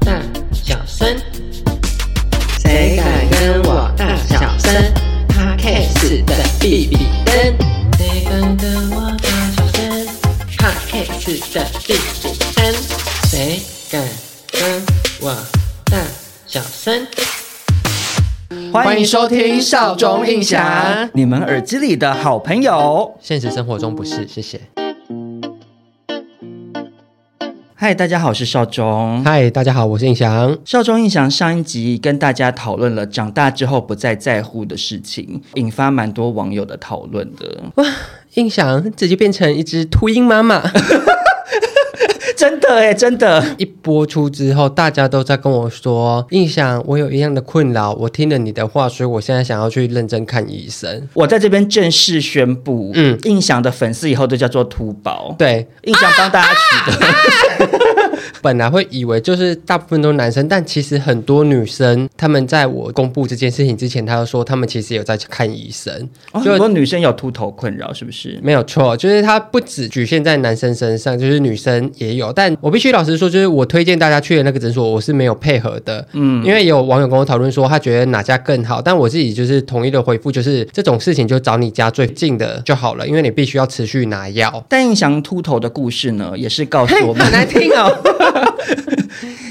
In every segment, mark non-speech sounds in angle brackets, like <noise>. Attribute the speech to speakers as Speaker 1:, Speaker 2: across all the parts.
Speaker 1: 大小声？谁敢跟我大小声？他 case 的比比登，谁敢跟我大小声？他 case 的比比登，谁敢跟我大小声？
Speaker 2: 欢迎
Speaker 1: 收听少中印象
Speaker 2: 你们耳机里的好朋友。
Speaker 1: 现实生活中不是，谢谢。
Speaker 2: 嗨，大家好，我是少中。
Speaker 1: 嗨，大家好，我是印翔。
Speaker 2: 少中印象上一集跟大家讨论了长大之后不再在乎的事情，引发蛮多网友的讨论的。
Speaker 1: 哇，印翔直接变成一只秃鹰妈妈。
Speaker 2: 真的哎，真的，
Speaker 1: <laughs> 一播出之后，大家都在跟我说，印象我有一样的困扰，我听了你的话，所以我现在想要去认真看医生。
Speaker 2: 我在这边正式宣布，嗯
Speaker 1: 嗯，
Speaker 2: 印象的粉丝以后都叫做秃宝。，
Speaker 1: 对，
Speaker 2: 印象帮大家
Speaker 1: 啊
Speaker 2: 取的。
Speaker 1: 本来会以为就是大部分都是男生，但其实很多女生，她们在我公布这件事情之前，她就说她们其实有在看医生，
Speaker 2: 哦、
Speaker 1: 就
Speaker 2: 很多女生有秃头困扰，是不是？
Speaker 1: 没有错，就是它不只局限在男生身上，就是女生也有。但我必须老实说，就是我推荐大家去的那个诊所，我是没有配合的。嗯，因为有网友跟我讨论说，他觉得哪家更好，但我自己就是统一的回复，就是这种事情就找你家最近的就好了，因为你必须要持续拿药。
Speaker 2: 但印象秃头的故事呢，也是告诉我们
Speaker 1: 好难听哦！
Speaker 2: <laughs>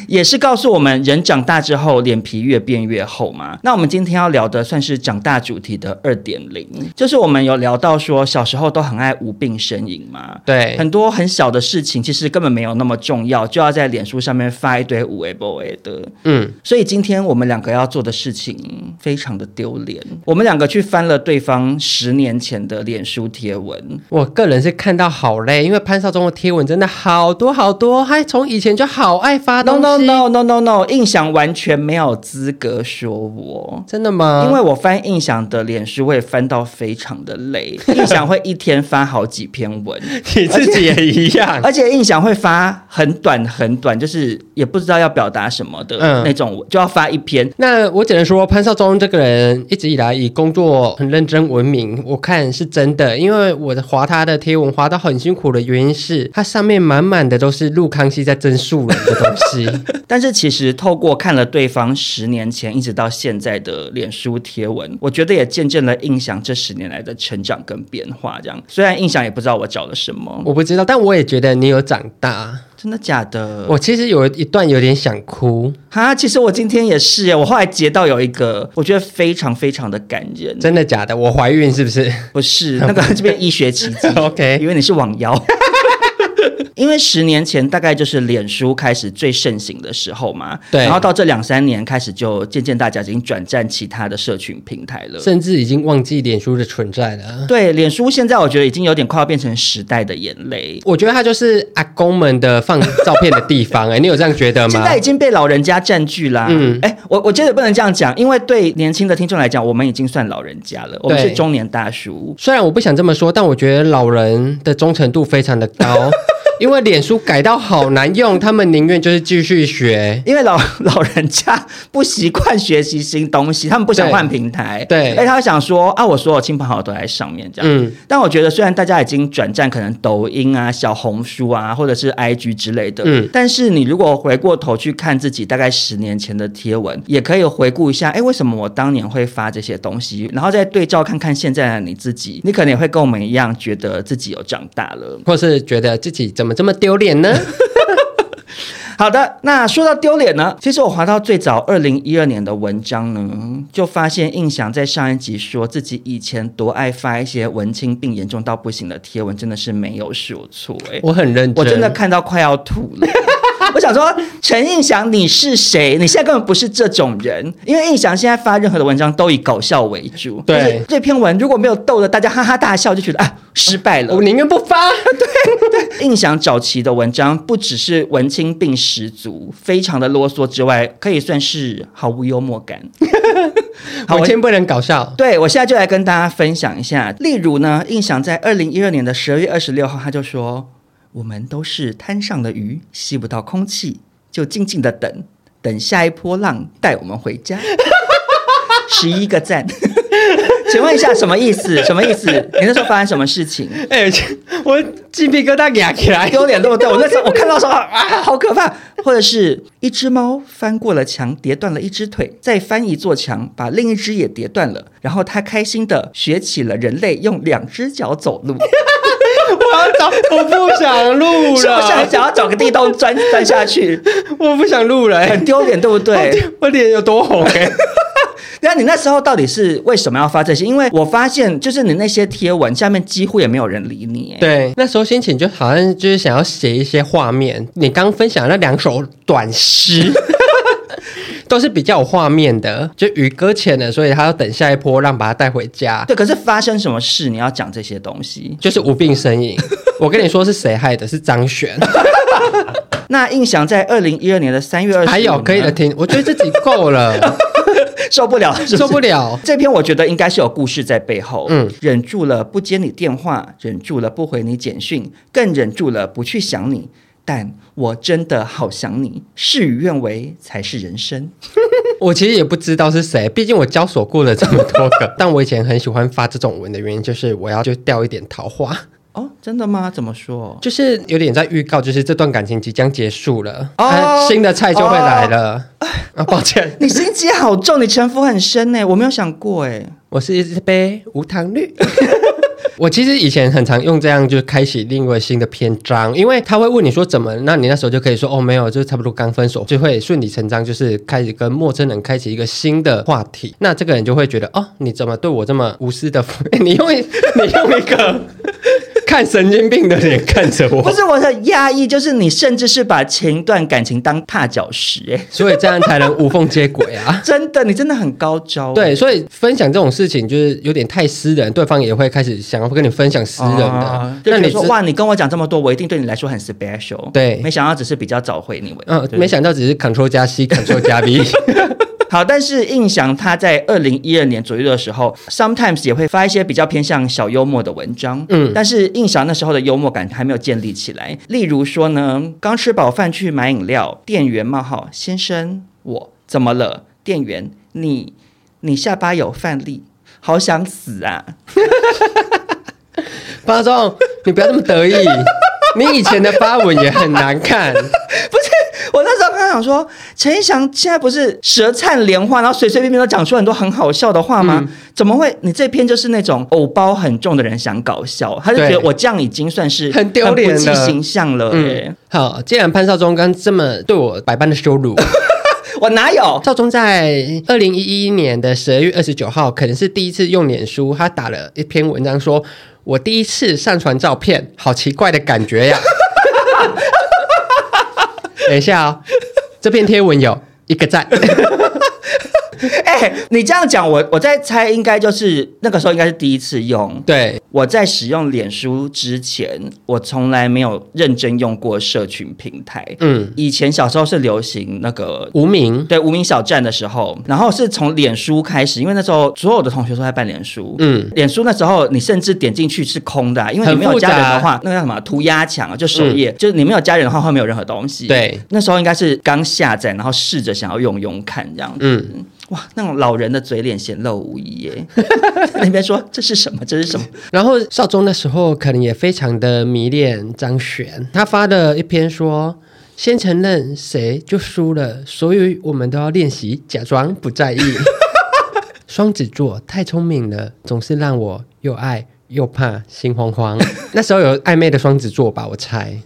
Speaker 2: 也是告诉我们，人长大之后脸皮越变越厚嘛。那我们今天要聊的算是长大主题的二点零，就是我们有聊到说小时候都很爱无病呻吟嘛。
Speaker 1: 对，
Speaker 2: 很多很小的事情其实根本没有那么重要，就要在脸书上面发一堆五 A 不 A 的。
Speaker 1: 嗯，
Speaker 2: 所以今天我们两个要做的事情非常的丢脸。我们两个去翻了对方十年前的脸书贴文，
Speaker 1: 我个人是看到好累，因为潘少忠的贴文真的好多好多，他从以前就好爱发东
Speaker 2: No
Speaker 1: 西。
Speaker 2: no no no no no，印象完全没有资格说我。
Speaker 1: 真的吗？
Speaker 2: 因为我翻印象的脸书，我也翻到非常的累。印象会一天发好几篇文，
Speaker 1: <laughs> 你自己也一样。
Speaker 2: 而且印象会发很短很短，就是也不知道要表达什么的
Speaker 1: 嗯
Speaker 2: 那种文，就要发一篇。
Speaker 1: 那我只能说，潘少忠这个人一直以来以工作很认真闻名，我看是真的。因为我划他的贴文划到很辛苦的原因是，他上面满满的都是陆康熙在真树人的东西。
Speaker 2: 但是其实透过看了对方十年前一直到现在的脸书贴文，我觉得也见证了印象这十年来的成长跟变化。这样，虽然印象也不知道我找了什么，
Speaker 1: 我不知道，但我也觉得你有长大。
Speaker 2: 真的假的？
Speaker 1: 我其实有一段有点想哭，
Speaker 2: 哈，其实我今天也是耶，我后来截到有一个，我觉得非常非常的感人。
Speaker 1: 真的假的？我怀孕是不是
Speaker 2: 不
Speaker 1: <laughs>
Speaker 2: 是那个这边医学奇迹，
Speaker 1: ？OK，
Speaker 2: 因为你是网妖。 <laughs> 因为十年前大概就是脸书开始最盛行的时候嘛，
Speaker 1: 对
Speaker 2: 然后到这两三年开始就渐渐大家已经转战其他的社群平台了。
Speaker 1: 甚至已经忘记脸书的存在了。
Speaker 2: 对，脸书现在我觉得已经有点快要变成时代的眼泪，
Speaker 1: 我觉得他就是阿公们的放照片的地方、哎，你有这样觉得
Speaker 2: 现
Speaker 1: 吗？
Speaker 2: 在已经被老人家占据啦。嗯
Speaker 1: 嗯，
Speaker 2: 哎，我我觉得不能这样讲，因为对年轻的听众来讲，我们已经算老人家了，我们
Speaker 1: 对
Speaker 2: 是中年大叔。
Speaker 1: 虽然我不想这么说，但我觉得老人的忠诚度非常的 <laughs> 高，因为脸书改到好难用，他们宁愿就是继续学。
Speaker 2: 因为老老人家不习惯学习新东西，他们不想
Speaker 1: 对
Speaker 2: 换平台，
Speaker 1: 对
Speaker 2: 哎，他会想说啊，我所有亲朋好友都在上面这样。
Speaker 1: 嗯
Speaker 2: 但我觉得，虽然大家已经转战可能抖音啊、小红书啊，或者是 IG 之类的，
Speaker 1: 嗯
Speaker 2: 但是你如果回过头去看自己大概十年前的贴文，也可以回顾一下，哎，为什么我当年会发这些东西？然后再对照看看现在的你自己，你可能也会跟我们一样，觉得自己有长大了。
Speaker 1: 或是觉得自己怎么这么丢脸呢？
Speaker 2: 好的，那说到丢脸呢，其实我滑到最早二零一二年的文章呢，就发现印象在上一集说自己以前多爱发一些文青病严重到不行的贴文，真的是没有说错哎、
Speaker 1: <laughs> 我很认真，
Speaker 2: 我真的看到快要吐了。 <laughs> 我想说，陈印祥你是谁？你现在根本不是这种人，因为印祥现在发任何的文章都以搞笑为主。
Speaker 1: 对
Speaker 2: 就是这篇文如果没有逗得大家哈哈大笑，就觉得啊失败了
Speaker 1: 我。宁愿不 <laughs> 发。
Speaker 2: 印象早期的文章不只是文青病十足，非常的啰嗦之外，可以算是毫无幽默
Speaker 1: <laughs>
Speaker 2: 感。好，
Speaker 1: 我
Speaker 2: 我
Speaker 1: 先不能搞笑。
Speaker 2: 对我现在就来跟大家分享一下。例如呢，印象在二零一二年的十二月二十六号，他就说：“我们都是滩上的鱼，吸不到空气，就静静的等，等下一波浪带我们回
Speaker 1: <laughs>
Speaker 2: 家。”十一个赞。 <laughs> 请问一下什么意思？什么意思？你那时候发生什么事情？
Speaker 1: 哎、我鸡皮疙瘩压起来。
Speaker 2: 丢脸对不对？我那
Speaker 1: <laughs>
Speaker 2: 时候我看到说啊，好可怕！或者是一只猫翻过了墙，跌断了一只腿，再翻一座墙，把另一只也跌断了，然后它开心的学起了人类用两只脚走
Speaker 1: <laughs>
Speaker 2: 路。
Speaker 1: 我要找，我不想 <laughs> 录
Speaker 2: 是不是很
Speaker 1: 了，
Speaker 2: 想要找个地洞钻钻下
Speaker 1: <laughs>
Speaker 2: 去？
Speaker 1: 我不想录了、
Speaker 2: 很丢脸，对不对？
Speaker 1: <laughs> 我脸有多 <laughs> 红哎、
Speaker 2: 那你那时候到底是为什么要发这些？因为我发现，就是你那些贴文下面几乎也没有人理你。哎
Speaker 1: 对，那时候心情就好像就是想要写一些画面。你刚分享那两首短 <laughs> 诗，都是比较有画面的，就雨搁浅了，所以他要等下一波浪把它带回家，
Speaker 2: 对，可是发生什么事你要讲这些东西？
Speaker 1: 就是无病呻 <laughs> 吟。我跟你说是谁害的？是 <laughs> 张悬。
Speaker 2: 那印象在二零一二年的三月二十，
Speaker 1: 还有可以的听，我觉得自己够 <laughs> 了，
Speaker 2: 受不了，是不是
Speaker 1: 受不了。
Speaker 2: 这篇我觉得应该是有故事在背后，
Speaker 1: 嗯
Speaker 2: 嗯，忍住了不接你电话，忍住了不回你简讯，更忍住了不去想你，但我真的好想你，事与愿违才是人生。
Speaker 1: 我其实也不知道是谁，毕竟我交手过了这么多 <laughs> 个。但我以前很喜欢发这种文的原因，就是我要就掉一点桃花，
Speaker 2: 哦，真的吗？怎么说？
Speaker 1: 就是有点在预告，就是这段感情即将结束了，
Speaker 2: 哦
Speaker 1: 啊新的菜就会来了。啊，抱歉，
Speaker 2: 你心机好重，你城府很深呢，我没有想过哎。
Speaker 1: <laughs> 我是一杯无糖绿。 <laughs> 我其实以前很常用这样，就开启另外新的篇章，因为他会问你说怎么，那你那时候就可以说哦没有，就差不多刚分手，就会顺理成章就是开始跟陌生人开启一个新的话题，那这个人就会觉得哦你怎么对我这么无私的， <laughs> 你用一你用一个看神经病的脸看着 <laughs>
Speaker 2: 不
Speaker 1: 我，
Speaker 2: 是我很压抑，就是你甚至是把前一段感情当踏脚石哎，
Speaker 1: 所以这样才能无缝接轨啊。
Speaker 2: 真的，你真的很高招欸。
Speaker 1: 对，所以分享这种事情就是有点太私人，对方也会开始想要跟你分享私人的。
Speaker 2: 哦就
Speaker 1: 那
Speaker 2: 觉
Speaker 1: 你
Speaker 2: 得说
Speaker 1: 知
Speaker 2: 哇，你跟我讲这么多，我一定对你来说很 special。
Speaker 1: 对
Speaker 2: 没想到只是比较早回你文。
Speaker 1: 嗯，
Speaker 2: 对
Speaker 1: 没想到只是 Ctrl 加 C，Ctrl 加
Speaker 2: <laughs>
Speaker 1: V。
Speaker 2: 好，但是印象他在二零一二年左右的时候，sometimes 也会发一些比较偏向小幽默的文章。
Speaker 1: 嗯
Speaker 2: 嗯，但是印象那时候的幽默感还没有建立起来。例如说呢，刚吃饱饭去买饮料，店员冒号先生，我怎么了？店员，你你下巴有饭粒，好想死啊！
Speaker 1: 巴总，你不要这么得意，你以前的发文也很难看。
Speaker 2: <laughs> 我那时候刚想说，陈意翔现在不是舌灿莲花，然后随随便便都讲出很多很好笑的话吗？
Speaker 1: 嗯
Speaker 2: 怎么会？你这篇就是那种偶包很重的人想搞笑，他就觉
Speaker 1: 对
Speaker 2: 得我这样已经算是
Speaker 1: 很丢脸
Speaker 2: 不计
Speaker 1: 了
Speaker 2: 形象了、欸耶
Speaker 1: 嗯，好，既然潘少忠刚这么对我百般的羞辱，
Speaker 2: 我哪有？
Speaker 1: 少哦忠在二零一一年的十二月二十九号，可能是第一次用脸书，他打了一篇文章说。我第一次上传照片，好奇怪的感觉呀！等一下哦，这篇贴文有一个赞，
Speaker 2: 哎、你这样讲，我我在猜，应该就是那个时候应该是第一次用。
Speaker 1: 对，
Speaker 2: 我在使用脸书之前，我从来没有认真用过社群平台。
Speaker 1: 嗯，
Speaker 2: 以前小时候是流行那个
Speaker 1: 无名，
Speaker 2: 对无名小站的时候，然后是从脸书开始，因为那时候所有的同学都在办脸书。
Speaker 1: 嗯，
Speaker 2: 脸书那时候，你甚至点进去是空的啊、因为你没有家人的话，那个叫什么涂鸦墙啊，就首页，就是你没有家人的话，会没有任何东西。
Speaker 1: 嗯对，
Speaker 2: 那时候应该是刚下载，然后试着想要用用看这样子。
Speaker 1: 嗯
Speaker 2: 哇，那种老人的嘴脸显露无遗
Speaker 1: <laughs>
Speaker 2: 耶！在那边说这是什么？这是什么？
Speaker 1: 然后少宗那时候可能也非常的迷恋张悬，他发了一篇说。先承认谁就输了，所以我们都要练习假装不在意。双子座太聪明了，总是让我又爱又怕，心慌慌。那时候有暧昧的双子座吧，我猜。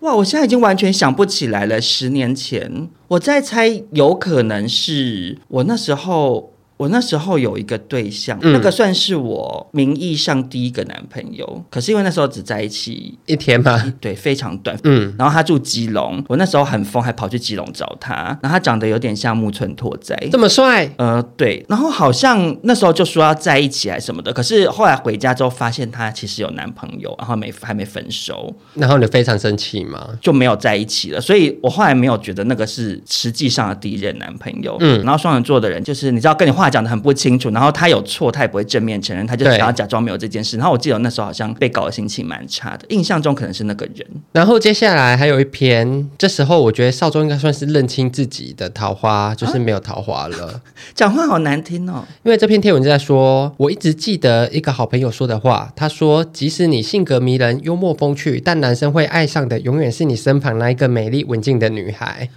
Speaker 2: 哇，我现在已经完全想不起来了。十年前，我在猜，有可能是我那时候我那时候有一个对象，
Speaker 1: 嗯
Speaker 2: 那个算是我名义上第一个男朋友，可是因为那时候只在一起，
Speaker 1: 一天嘛，
Speaker 2: 对，非常短。
Speaker 1: 嗯，
Speaker 2: 然后他住基隆，我那时候很疯，还跑去基隆找他。然后他长得有点像木村拓哉，
Speaker 1: 这么帅，
Speaker 2: 呃，对，然后好像那时候就说要在一起还什么的，可是后来回家之后发现她其实有男朋友，然后没还没分手，
Speaker 1: 然后你非常生气嘛，
Speaker 2: 就没有在一起了。所以我后来没有觉得那个是实际上的第一任男朋友。嗯，然后双鱼座的人就是你知道跟你话讲的很不清楚，然后他有错他也不会正面承认，他就
Speaker 1: 对
Speaker 2: 想要假装没有这件事。然后我记得我那时候好像被搞得心情蛮差的，印象中可能是那个人。
Speaker 1: 然后接下来还有一篇，这时候我觉得少宗应该算是认清自己的桃花，就是没有桃花了。
Speaker 2: 讲话好难听哦，
Speaker 1: 因为这篇贴文就在说，我一直记得一个好朋友说的话，他说：“即使你性格迷人、幽默风趣，但男生会爱上的永远是你身旁那一个美丽文静的女
Speaker 2: <laughs>
Speaker 1: 孩。”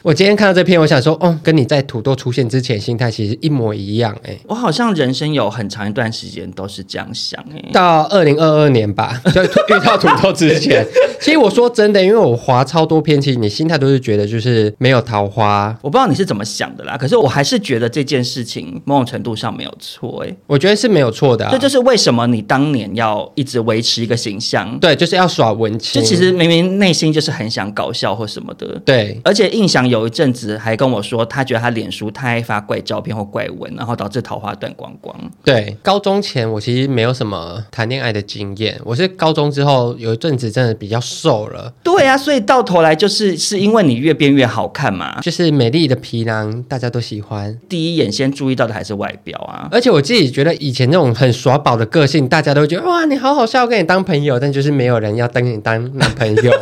Speaker 1: 我今天看到这篇，我想说，哦，跟你在土豆出现之前心态其实一模一样哎、
Speaker 2: 我好像人生有很长一段时间都是这样想哎、
Speaker 1: 到二零二二年吧， <laughs> 就遇到土豆之前，其实我说真的，因为我划超多篇，其实你心态都是觉得就是没有桃花。
Speaker 2: 我不知道你是怎么想的啦，可是我还是觉得这件事情某种程度上没有错、欸，
Speaker 1: 我觉得是没有错的、
Speaker 2: 哎、
Speaker 1: 啊，
Speaker 2: 这就是为什么你当年要一直维持一个形象，
Speaker 1: 对，就是要耍文
Speaker 2: 就
Speaker 1: 青。
Speaker 2: 其实明明内心就是很想搞笑或什么的。
Speaker 1: 对，
Speaker 2: 而且印象有一阵子还跟我说，他觉得他脸书太爱发怪照片或怪文，然后导致桃花断光光。
Speaker 1: 对，高中前我其实没有什么谈恋爱的经验，我是高中之后有一阵子真的比较瘦了，
Speaker 2: 对啊，所以到头来就是是因为你越变越好看嘛，
Speaker 1: 就是美丽的皮囊大家都喜欢，
Speaker 2: 第一眼先注意到的还是外表啊。
Speaker 1: 而且我自己觉得以前那种很耍宝的个性，大家都会觉得哇你好好笑，跟你当朋友，但就是没有人要跟你当男朋友，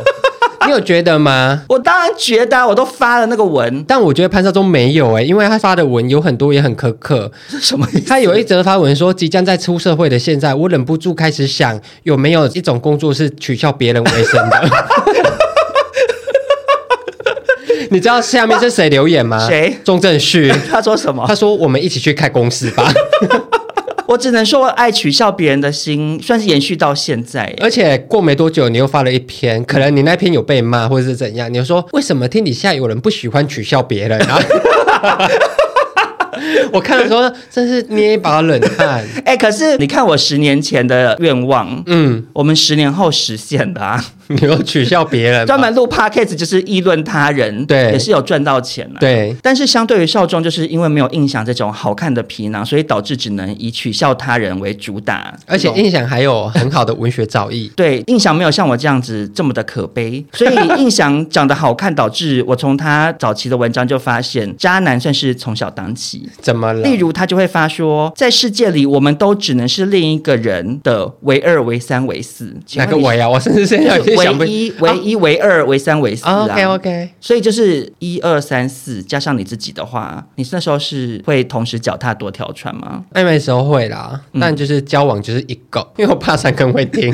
Speaker 1: 你有觉得吗？
Speaker 2: 我当然觉得啊、我都发了那个文，
Speaker 1: 但我觉得潘少忠没有哎、因为他发的文有很多也很苛刻，
Speaker 2: 是什么意思？ <laughs>
Speaker 1: 他有一则发文说，即将在出社会的现在，我忍不住开始想，有没有一种工作是取笑别人为生的？ <laughs> 你知道下面是谁留言吗？
Speaker 2: 谁哦
Speaker 1: 钟正旭。
Speaker 2: 他说什么？
Speaker 1: 他说：“我们一起去开公司吧。 <laughs>
Speaker 2: 我只能说，我爱取笑别人的心，算是延续到现在”耶。
Speaker 1: 而且过没多久，你又发了一篇，可能你那篇有被骂或者是怎样。你就说：“为什么天底下有人不喜欢取笑别人啊？” <laughs> 我看的时候真是捏一把冷汗。
Speaker 2: 哎、可是你看我十年前的愿望，
Speaker 1: 嗯，
Speaker 2: 我们十年后实现的啊！
Speaker 1: 你又取笑别人吗，
Speaker 2: 专门录 podcast 就是议论他人，
Speaker 1: 对
Speaker 2: 也是有赚到钱啊。。
Speaker 1: 对
Speaker 2: 但是相对于少壮，就是因为没有印象这种好看的皮囊，所以导致只能以取笑他人为主打，
Speaker 1: 而且
Speaker 2: 这种。
Speaker 1: 印象还有很好的文学造诣
Speaker 2: 对印象没有像我这样子这么的可
Speaker 1: <laughs>
Speaker 2: 悲，所以印象长得好看，导致我从他早期的文章就发现，渣男算是从小当起。
Speaker 1: 怎么了？
Speaker 2: 例如，他就会发说，在世界里，我们都只能是另一个人的唯二、唯三、唯四。
Speaker 1: 哪个
Speaker 2: 请问
Speaker 1: 唯啊？我甚至现在有
Speaker 2: 你
Speaker 1: 点
Speaker 2: 是
Speaker 1: 想不哦
Speaker 2: 唯一、唯一、唯二、唯三、唯四啊。
Speaker 1: OK OK，
Speaker 2: 所以就是一二三四加上你自己的话，你那时候是会同时脚踏多条船吗？
Speaker 1: 暧昧的时候会啦，
Speaker 2: 嗯
Speaker 1: 但就是交往就是一个， <laughs> 因为我怕三更
Speaker 2: <laughs>
Speaker 1: 会听。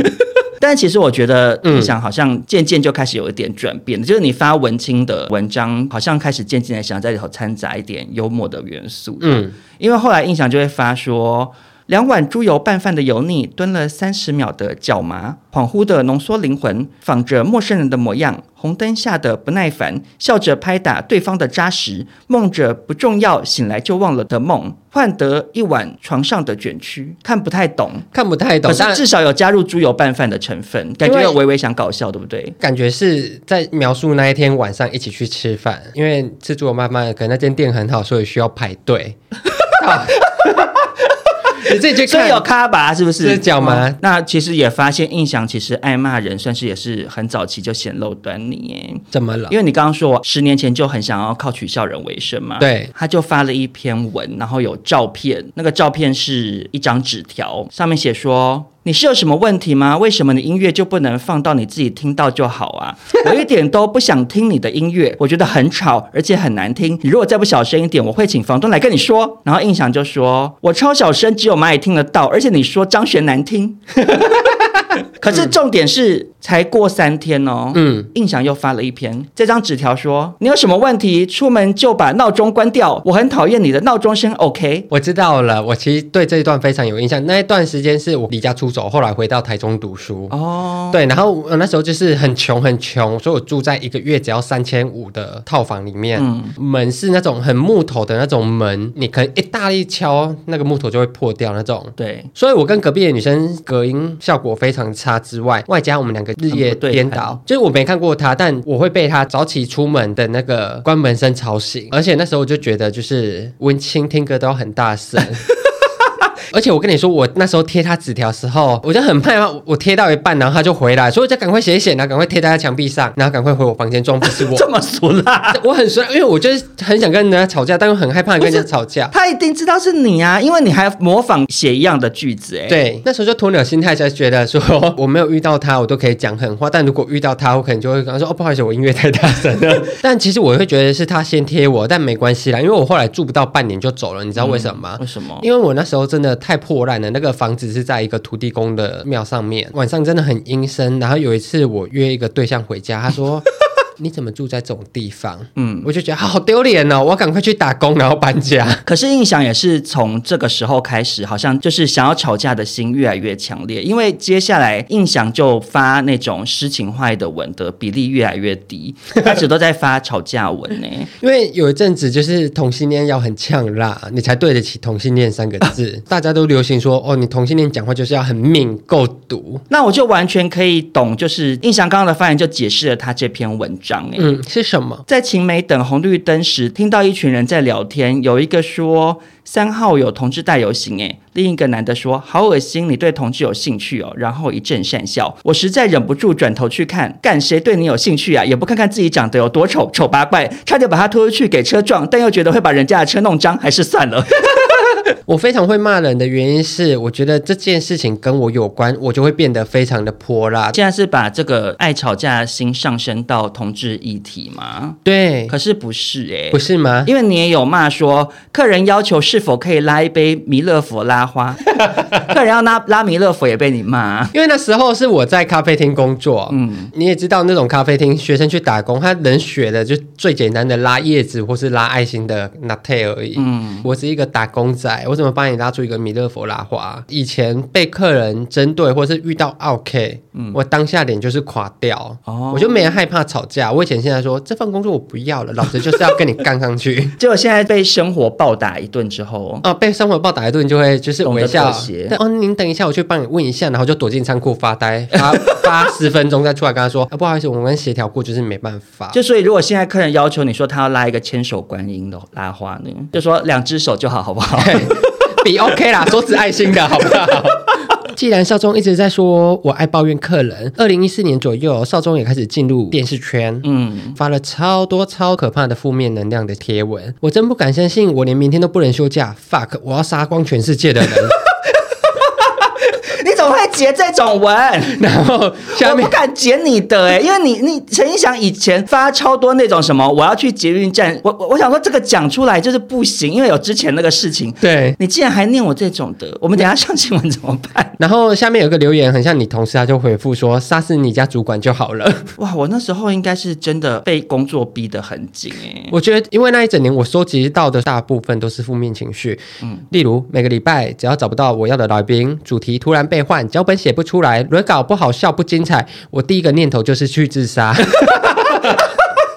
Speaker 2: 但其实我觉得，
Speaker 1: 嗯
Speaker 2: 印象好像渐渐就开始有一点转变，就是你发文青的文章，好像开始渐渐的想在里头掺杂一点幽默的元素。
Speaker 1: 嗯，
Speaker 2: 因为后来印象就会发说，两碗猪油拌饭的油腻，蹲了三十秒的脚麻，恍惚的浓缩灵魂，仿着陌生人的模样，红灯下的不耐烦，笑着拍打对方的扎实，梦着不重要，醒来就忘了的梦，换得一碗床上的卷曲，看不太懂。
Speaker 1: 看不太懂
Speaker 2: 可，是
Speaker 1: 但
Speaker 2: 至少有加入猪油拌饭的成分，感觉
Speaker 1: 因为
Speaker 2: 有微微想搞笑，对不对？
Speaker 1: 感觉是在描述那一天晚上一起去吃饭，因为自助妈妈可能那间店很好，所以需要排
Speaker 2: <laughs>
Speaker 1: 队。 <laughs> 到你自己去
Speaker 2: 所以
Speaker 1: 看
Speaker 2: 有咖吧，是不是？
Speaker 1: 是脚麻
Speaker 2: 哦那其实也发现，印象其实爱骂人，算是也是很早期就显露端倪耶。
Speaker 1: 怎么了？
Speaker 2: 因为你刚刚说，我十年前就很想要靠取笑人为生嘛，
Speaker 1: 对
Speaker 2: 他就发了一篇文，然后有照片，那个照片是一张纸条，上面写说。你是有什么问题吗？为什么你音乐就不能放到你自己听到就好啊？ <laughs> 我一点都不想听你的音乐，我觉得很吵，而且很难听。你如果再不小声一点，我会请房东来跟你说。然后印象就说：“我超小声，只有蚂蚁听得到，而且你说张悬难听。”可是重点是，才过三天哦，
Speaker 1: 嗯，
Speaker 2: 印象又发了一篇，这张纸条说：“你有什么问题，出门就把闹钟关掉。我很讨厌你的闹钟声。”OK，
Speaker 1: 我知道了，我其实对这一段非常有印象。那一段时间是我离家出走，后来回到台中读书。
Speaker 2: 哦，
Speaker 1: 对，然后我那时候就是很穷很穷，所以我住在一个月只要三千五的套房里面，门是那种很木头的那种门，你可能一大力敲，那个木头就会破掉那种。
Speaker 2: 对，
Speaker 1: 所以我跟隔壁的女生隔音效果非常差之外，外加我们两个日
Speaker 2: 嗯
Speaker 1: 夜
Speaker 2: 很不对
Speaker 1: 颠
Speaker 2: 盘
Speaker 1: 倒，就是我没看过她，但我会被她早起出门的那个关门声吵醒，而且那时候我就觉得就是文青听歌都要很大声。
Speaker 2: <laughs>
Speaker 1: 而且我跟你说，我那时候贴她纸条的时候，我就很害怕，我贴到一半，然后她就回来，所以我就赶快写一写，然后赶快贴在她墙壁上，然后赶快回我房间装不是我。
Speaker 2: 这么俗
Speaker 1: <laughs>
Speaker 2: 啦，
Speaker 1: 我很衰，因为我就是很想跟人家吵架，但又很害怕跟人家吵架。
Speaker 2: 他一定知道是你啊，因为你还模仿写一样的句子、哎，，
Speaker 1: 对，那时候就鸵鸟心态，才觉得说我没有遇到他，我都可以讲狠话。但如果遇到他，我可能就会跟他说：“哦，不好意思，我音乐太大声了。”但其实我会觉得是他先贴我，但没关系啦，因为我后来住不到半年就走了，你知道为什么吗？
Speaker 2: 为什么？
Speaker 1: 因为我那时候真的太破烂了，那个房子是在一个土地公的庙上面，晚上真的很阴森。然后有一次我约一个对象回家，他说。你怎么住在这种地方？嗯，我就觉得好丢脸哦，我要赶快去打工，然后搬家。
Speaker 2: 可是印象也是从这个时候开始，好像就是想要吵架的心越来越强烈，因为接下来印象就发那种诗情画意的文的比例越来越低，他只都在发吵架文哎呢、
Speaker 1: 因为有一阵子就是同性恋要很呛辣，你才对得起同性恋三个字。 <laughs> 大家都流行说哦，你同性恋讲话就是要很命够毒。
Speaker 2: 那我就完全可以懂，就是印象刚刚的发言就解释了他这篇文章、欸，
Speaker 1: 嗯，是什么？
Speaker 2: 在晴美等红绿灯时，听到一群人在聊天，有一个说三号有同志大游行，诶，另一个男的说好恶心，你对同志有兴趣哦，然后一阵讪笑，我实在忍不住转头去看，干谁对你有兴趣啊？也不看看自己长得有多丑，丑八怪，差点把他拖出去给车撞，但又觉得会把人家的车弄脏，还是算了。 <laughs>
Speaker 1: 我非常会骂人的原因是，我觉得这件事情跟我有关，我就会变得非常的泼辣。
Speaker 2: 现在是把这个爱吵架的心上升到同志议题吗？
Speaker 1: 对，
Speaker 2: 可是不是欸诶、
Speaker 1: 不是吗？
Speaker 2: 因为你也有骂说，客人要求是否可以拉一杯弥勒佛拉
Speaker 1: <laughs>
Speaker 2: 花，客人要拉拉弥勒佛也被你骂啊、
Speaker 1: 因为那时候是我在咖啡厅工作，嗯，你也知道那种咖啡厅学生去打工，他能学的就最简单的拉叶子或是拉爱心的 latte 而已。嗯，我是一个打工仔，我怎么帮你拉出一个弥勒佛拉花？以前被客人针对或是遇到 OK，嗯，我当下脸就是垮掉，
Speaker 2: 哦
Speaker 1: 我就没人害怕吵架。我以前现在说这份工作我不要了，老子就是要跟你杠上去。
Speaker 2: 结果现在被生活暴打一顿之后，
Speaker 1: 哦，被生活暴打一顿就会就是
Speaker 2: 懂得
Speaker 1: 微
Speaker 2: 妥
Speaker 1: 笑
Speaker 2: 协，
Speaker 1: 但哦，您等一下，我去帮你问一下，然后就躲进仓库发呆，发 <laughs> 发十分钟再出来跟他说，啊，不好意思，我们刚协调过，就是没办法。
Speaker 2: <laughs> 就所以如果现在客人要求你说他要拉一个千手观音的拉花呢，就说两只手就好，好不
Speaker 1: <laughs>
Speaker 2: 好？
Speaker 1: 比 OK 啦，手指爱心的好不
Speaker 2: <laughs>
Speaker 1: 好？既然少中一直在说我爱抱怨客人，二零一四年左右，少中也开始进入电视圈，
Speaker 2: 嗯，
Speaker 1: 发了超多超可怕的负面能量的贴文，我真不敢相信，我连明天都不能休假，fuck，我要杀光全世界的人。 <laughs>
Speaker 2: 你怎么会截这种文？
Speaker 1: 然后下
Speaker 2: 我
Speaker 1: 面
Speaker 2: 不敢截你的哎、因为你你陈意翔以前发超多那种什么我要去捷运站，我我我想说这个讲出来就是不行，因为有之前那个事情，
Speaker 1: 对。
Speaker 2: 你竟然还念我这种 <laughs> 的，我们等一下上新闻怎么办？
Speaker 1: 然后下面有个留言很像你同事，他就回复说：“杀死你家主管就好了。
Speaker 2: <laughs>
Speaker 1: <laughs>
Speaker 2: 哇，我那时候应该是真的被工作逼得很紧哎、”
Speaker 1: 我觉得，因为那一整年我收集到的大部分都是负面情绪，例如每个礼拜只要找不到我要的来宾，主题突然被换，脚本写不出来，轮稿不好笑不精彩，我第一个念头就是去自杀。
Speaker 2: <laughs>
Speaker 1: <laughs>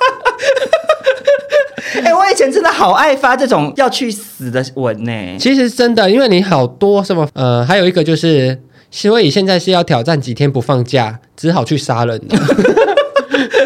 Speaker 2: 哎、我以前真的好爱发这种要去死的文欸呢、 <laughs>
Speaker 1: 其实真的，因为你好多什么，呃，还有一个就是，所以现在是要挑战几天不放假，只好去杀人了。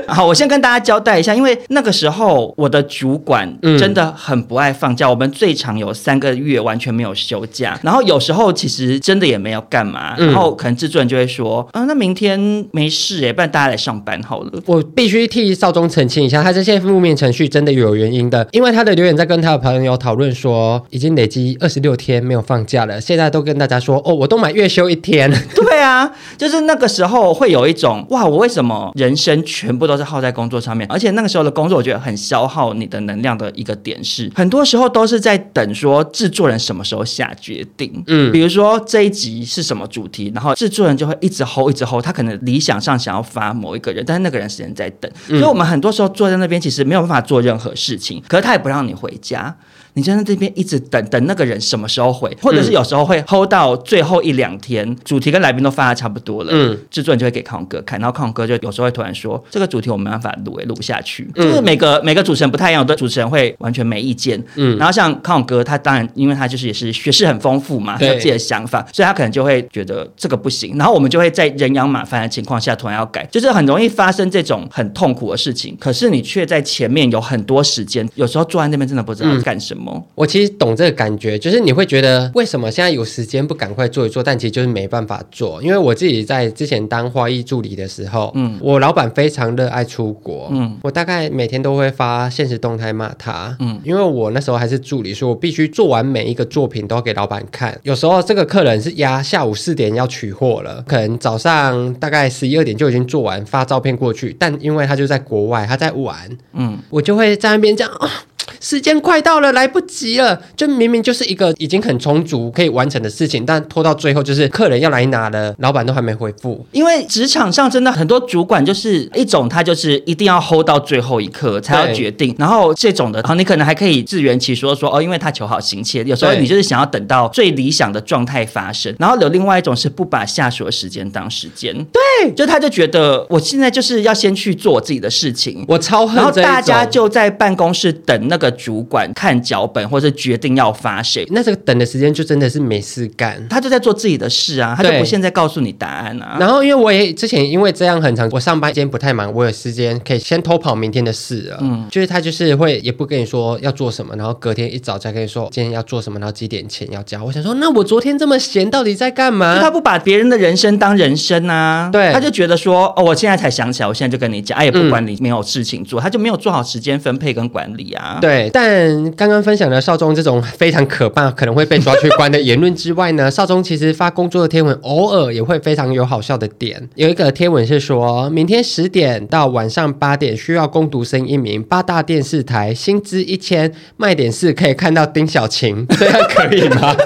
Speaker 2: 好，我先跟大家交代一下，因为那个时候我的主管
Speaker 1: 嗯
Speaker 2: 真的很不爱放假，我们最长有三个月完全没有休假，然后有时候其实真的也没有干嘛，
Speaker 1: 嗯
Speaker 2: 然后可能制作人就会说，嗯、那明天没事哎、不然大家来上班好了。
Speaker 1: 我必须替少中澄清一下，他这些负面程序真的有原因的，因为他的留言在跟他的朋友讨论说，已经累积二十六天没有放假了，现在都跟大家说，哦，我都买月休一天，
Speaker 2: <laughs> 对啊，就是那个时候会有一种哇，我为什么人生全部都是耗在工作上面，而且那个时候的工作我觉得很消耗你的能量的一个点是，很多时候都是在等说制作人什么时候下决定。
Speaker 1: 嗯
Speaker 2: 比如说这一集是什么主题，然后制作人就会一直 hold 一直 hold，他可能理想上想要发某一个人，但是那个人时间在等，所以我们很多时候坐在那边其实没有办法做任何事情，可是他也不让你回家。你就在这边一直等等那个人什么时候
Speaker 1: 嗯
Speaker 2: 回，或者是有时候会 hold 到最后一两天，主题跟来宾都发的差不多了，
Speaker 1: 嗯
Speaker 2: 制作人就会给康哥看，然后康哥就有时候会突然说这个主题我没办法录，诶录不下去，
Speaker 1: 嗯
Speaker 2: 就是每个每个主持人不太一样，有的主持人会完全没意见，
Speaker 1: 嗯
Speaker 2: 然后像康哥他当然因为他就是也是学识很丰富嘛，他
Speaker 1: 对
Speaker 2: 有自己的想法，所以他可能就会觉得这个不行，然后我们就会在人仰马翻的情况下突然要改，就是很容易发生这种很痛苦的事情，可是你却在前面有很多时间，有时候坐在那边真的不知道干什么。
Speaker 1: 我其实懂这个感觉，就是你会觉得为什么现在有时间不赶快做一做，但其实就是没办法做。因为我自己在之前当花艺助理的时候，嗯，我老板非常热爱出国，
Speaker 2: 嗯
Speaker 1: 嗯，我大概每天都会发现实动态骂他，
Speaker 2: 嗯
Speaker 1: 嗯，因为我那时候还是助理，所以我必须做完每一个作品都要给老板看。有时候这个客人是压下午四点要取货了，可能早上大概十一二点就已经做完，发照片过去，但因为他就在国外，他在玩，
Speaker 2: 嗯
Speaker 1: 嗯，我就会在那边这样啊。时间快到了，来不及了。就明明就是一个已经很充足可以完成的事情，但拖到最后就是客人要来拿了，老板都还没回复。
Speaker 2: 因为职场上真的很多主管就是一种，他就是一定要 hold 到最后一刻才要
Speaker 1: 对
Speaker 2: 决定，然后这种的，然后你可能还可以自圆其说说哦，因为他求好心切，有时候
Speaker 1: 对
Speaker 2: 你就是想要等到最理想的状态发生，然后有另外一种是不把下属的时间当时间，对，就他就觉得我现在就是要先去做我自己的事情。
Speaker 1: 我超恨
Speaker 2: 然后
Speaker 1: 这一
Speaker 2: 大家
Speaker 1: 种
Speaker 2: 就在办公室等那个主管看脚本，或者决定要发谁，
Speaker 1: 那这个等的时间就真的是没事干。
Speaker 2: 他就在做自己的事啊，他就
Speaker 1: 对
Speaker 2: 不现在告诉你答案啊。
Speaker 1: 然后因为我也之前因为这样很长，我上班时间不太忙，我有时间可以先偷跑明天的事了。嗯，就是他就是会也不跟你说要做什么，然后隔天一早才跟你说今天要做什么，然后几点前要交。我想说，那我昨天这么闲，到底在干
Speaker 2: 就
Speaker 1: 嘛
Speaker 2: 他？不把别人的人生当人生啊，
Speaker 1: 啊对嗯
Speaker 2: 他就觉得说，哦，我现在才想起来，我现在就跟你讲，哎、也不管你没有事情做，他就没有做好时间分配跟管理啊。，
Speaker 1: 对，但刚刚分享的少中这种非常可怕、可能会被抓去关的言论之外呢， <laughs> 少中其实发工作的贴文偶尔也会非常有好笑的点。有一个贴文是说，明天十点到晚上八点需要攻读生一名，八大电视台薪资一千，卖点是可以看到丁小晴，这样可以 <laughs> 吗？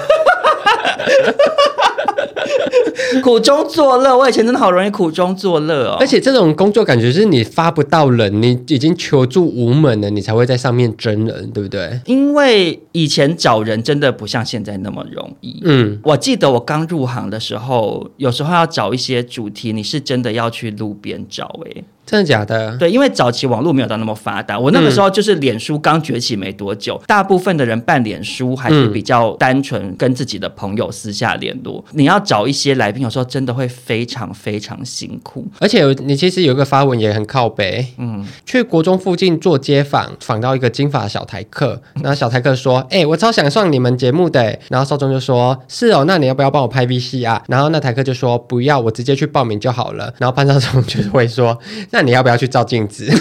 Speaker 2: 苦中作乐，我以前真的好容易苦中作乐哦。
Speaker 1: 而且这种工作感觉是你发不到人，你已经求助无门了，你才会在上面真人，对不对？
Speaker 2: 因为以前找人真的不像现在那么容易。
Speaker 1: 嗯，
Speaker 2: 我记得我刚入行的时候，有时候要找一些主题，你是真的要去路边找诶、欸
Speaker 1: 真的假的？
Speaker 2: 对，因为早期网络没有到那么发达，我那个时候就是脸书刚崛起没多久，大部分的人办脸书还是比较单纯，跟自己的朋友私下联络。你要找一些来宾，有时候真的会非常非常辛苦。
Speaker 1: 而且你其实有一个发文也很靠北，嗯，去国中附近做街访，访到一个金发小台客，然后小台客说：“哎、我超想上你们节目的欸。”然后少中就说：“是哦，那你要不要帮我拍 VC 啊？”然后那台客就说：“不要，我直接去报名就好了。”然后潘少忠就会说：“那你要不要去照镜子 <laughs>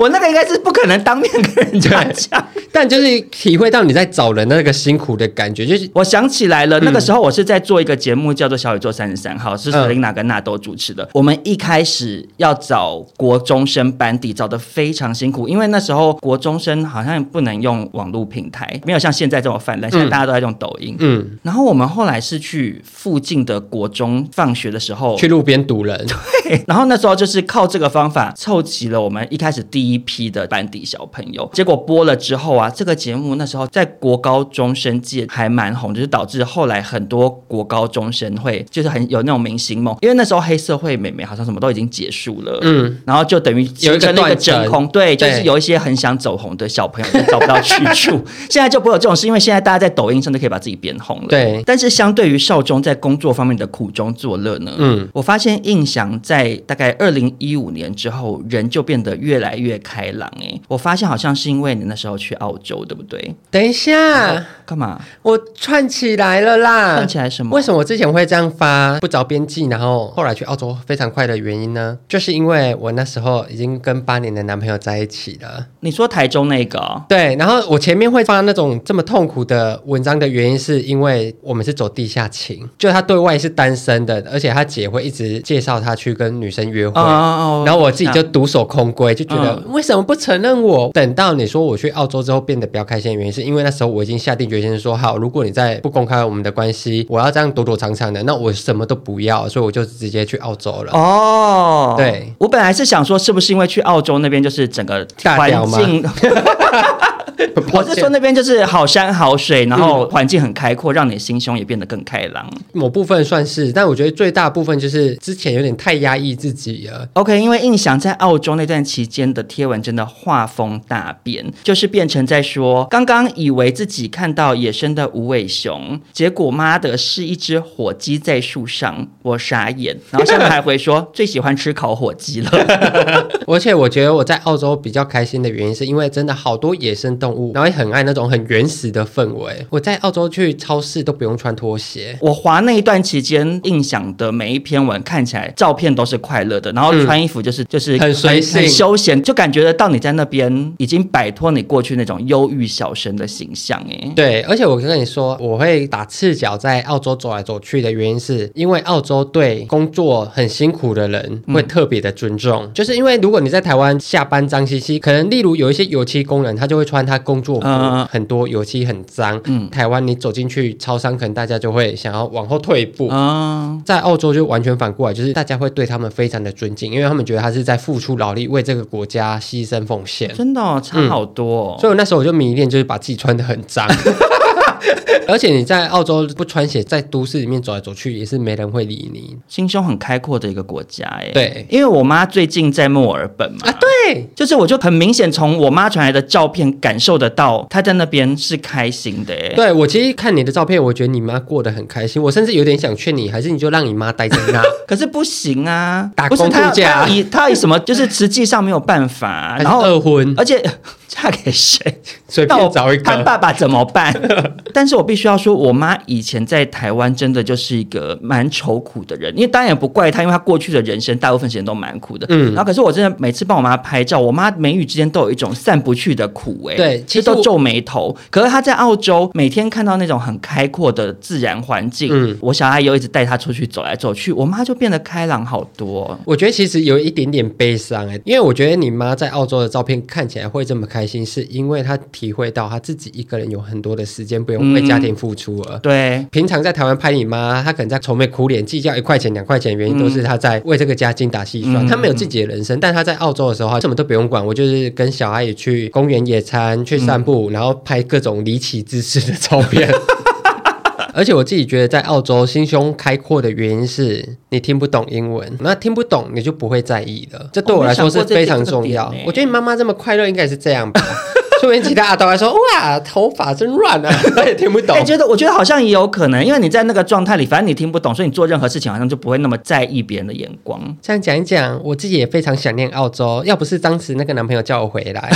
Speaker 2: 我那个应该是不可能当面跟人家
Speaker 1: 对
Speaker 2: 讲。？”
Speaker 1: 但就是体会到你在找人的那个辛苦的感觉，就是
Speaker 2: 我想起来了，那个时候我是在做一个节目，叫做《小宇宙三十三号》，是
Speaker 1: 嗯
Speaker 2: Selina 跟纳豆主持的。我们一开始要找国中生班底，找的非常辛苦，因为那时候国中生好像不能用网络平台，没有像现在这么泛滥，现在大家都在用抖音。
Speaker 1: 嗯，
Speaker 2: 然后我们后来是去附近的国中放学的时候，
Speaker 1: 去路边堵人，
Speaker 2: 然后那时候就是靠这个方法凑齐了我们一开始第一批的班底小朋友。结果播了之后啊，这个节目那时候在国高中生界还蛮红，就是导致后来很多国高中生会就是很有那种明星梦，因为那时候黑社会美眉好像什么都已经结束了，嗯，然后就等于
Speaker 1: 有一
Speaker 2: 形
Speaker 1: 个
Speaker 2: 成了一个
Speaker 1: 断层
Speaker 2: 真空，对，就是
Speaker 1: 对
Speaker 2: 有一些很想走红的小朋友，但找不到去
Speaker 1: <laughs>
Speaker 2: 处。现在就不会有这种事，因为现在大家在抖音上就可以把自己变红了。
Speaker 1: 对
Speaker 2: 但是相对于少中在工作方面的苦中作乐呢，嗯
Speaker 1: 嗯，
Speaker 2: 我发现印象在大概二零一五年之后，人就变得越来越开朗、欸。我发现好像是因为你那时候去澳洲，对不对？
Speaker 1: 等一下。
Speaker 2: 干嘛？
Speaker 1: 我串起来了啦！
Speaker 2: 串起来什么
Speaker 1: 为什么我之前会这样发不着边际，然后后来去澳洲非常快的原因呢？就是因为我那时候已经跟八年的男朋友在一起了。
Speaker 2: 你说台中那个、哦？
Speaker 1: 对，然后我前面会发那种这么痛苦的文章的原因，是因为我们是走地下情，就他对外是单身的，而且他姐会一直介绍他去跟跟女生约
Speaker 2: 哦
Speaker 1: 会。
Speaker 2: 哦哦，
Speaker 1: 然后我自己就独守空闺，就觉得、
Speaker 2: 嗯
Speaker 1: 为什么不承认我？等到你说我去澳洲之后变得比较开心的原因，是因为那时候我已经下定决心说，好，如果你再不公开我们的关系，我要这样躲躲藏藏的，那我什么都不要，所以我就直接去澳洲 <laughs> 了。
Speaker 2: 哦，
Speaker 1: 对，
Speaker 2: 我本来是想说，是不是因为去澳洲那边就是整个
Speaker 1: 大
Speaker 2: 环
Speaker 1: 屌吗
Speaker 2: 境，我是说那边就是好山好水，然后环境很开阔，让你心胸也变得更开朗。
Speaker 1: 某部分算是，但我觉得最大部分就是之前有点太压抑自己 <laughs> 了。
Speaker 2: OK，因为印象在澳洲那段期间的贴文真的画风大变，就是变成在说，刚刚以为自己看到野生的无尾熊，结果妈的是一只火鸡在树上，我傻眼。然后下面还回说最喜欢吃烤火鸡了。
Speaker 1: 而且我觉得我在澳洲比较开心的原因，是因为真的好多野生动物，然后也很爱那种很原始的氛围。我在澳洲去超市都不用穿拖鞋，
Speaker 2: 我滑那一段期间，印象的每一篇文看起来照片都是快乐的，然后
Speaker 1: 嗯
Speaker 2: 穿衣服就是、就是
Speaker 1: 很随性
Speaker 2: 很休闲，就感觉得到你在那边已经摆脱你过去那种忧郁小生的形象哎。
Speaker 1: 对，而且我跟你说，我会打赤脚在澳洲走来走去的原因，是因为澳洲对工作很辛苦的人
Speaker 2: 嗯
Speaker 1: 会特别的尊重。就是因为如果你在台湾下班脏兮兮，可能例如有一些油漆工人，他就会穿他工作服，
Speaker 2: 嗯嗯嗯
Speaker 1: 很多油漆很脏。
Speaker 2: 嗯
Speaker 1: 台湾你走进去超商，可能大家就会想要往后退一步。
Speaker 2: 啊，
Speaker 1: 在澳洲就完全反过来，就是大家会对他们非常的尊敬，因为他们觉得他是在付出劳力，为这个国家牺牲奉献。
Speaker 2: 真的、哦、差好多、哦
Speaker 1: 所以我那时候我就迷恋，就是把自己穿得很脏。 <laughs> 而且你在澳洲不穿鞋，在都市里面走来走去也是没人会理你。
Speaker 2: 心胸很开阔的一个国家哎。
Speaker 1: 对
Speaker 2: 因为我妈最近在墨尔本嘛，
Speaker 1: 啊对，
Speaker 2: 就是我就很明显从我妈传来的照片感受得到，她在那边是开心的哎。
Speaker 1: 对我其实看你的照片，我觉得你妈过得很开心，我甚至有点想劝你，还是你就让你妈待在那。
Speaker 2: 可是不行啊，
Speaker 1: 打
Speaker 2: 不是
Speaker 1: 工
Speaker 2: 他
Speaker 1: 度假
Speaker 2: 他以他以什么就是实际上没有办法啊、
Speaker 1: <laughs> 还
Speaker 2: <laughs>
Speaker 1: 是
Speaker 2: 然后
Speaker 1: 二婚
Speaker 2: 而且 <laughs> 嫁给谁？
Speaker 1: 随
Speaker 2: 那我
Speaker 1: 便找一
Speaker 2: 看
Speaker 1: 个，
Speaker 2: 爸爸怎么办？ <laughs> 但是我必须要说，我妈以前在台湾真的就是一个蛮愁苦的人，因为当然也不怪她，因为她过去的人生大部分时间都蛮苦的。
Speaker 1: 嗯
Speaker 2: 然后可是我真的每次帮我妈拍照，我妈眉宇之间都有一种散不去的苦哎、
Speaker 1: 对其
Speaker 2: 其
Speaker 1: 实
Speaker 2: 实都
Speaker 1: 我
Speaker 2: 皱眉头。可是她在澳洲每天看到那种很开阔的自然环境，
Speaker 1: 嗯
Speaker 2: 我小阿姨又一直带她出去走来走去，我妈就变得开朗好多哦。
Speaker 1: 我觉得其实有一点点悲伤哎、因为我觉得你妈在澳洲的照片看起来会这么开心，是因为她体会到她自己一个人有很多的时间不用为家庭付出了。
Speaker 2: 对，
Speaker 1: 平常在台湾拍你妈，她可能在愁眉苦脸，计较一块钱两块钱，原因都是她在为这个家精打细算，
Speaker 2: 嗯
Speaker 1: 她没有自己的人生。但她在澳洲的时候，她什么都不用管，我就是跟小阿姨去公园野餐、去散步，然后拍各种离奇姿势的照片。而且我自己觉得在澳洲心胸开阔的原因是你听不懂英文，那听不懂你就不会在意了。这对我来说是非常重要。
Speaker 2: 哦没想过这这个点欸
Speaker 1: 我觉得你妈妈这么快乐应该也是这样吧。 <laughs> 说不定其他阿斗还说哇头发真乱啊， <laughs> 她也听不懂
Speaker 2: 哎、。觉得我觉得好像也有可能，因为你在那个状态里，反正你听不懂，所以你做任何事情好像就不会那么在意别人的眼光。
Speaker 1: 这样讲一讲，我自己也非常想念澳洲。要不是当时那个男朋友叫我回
Speaker 2: <laughs>
Speaker 1: 来，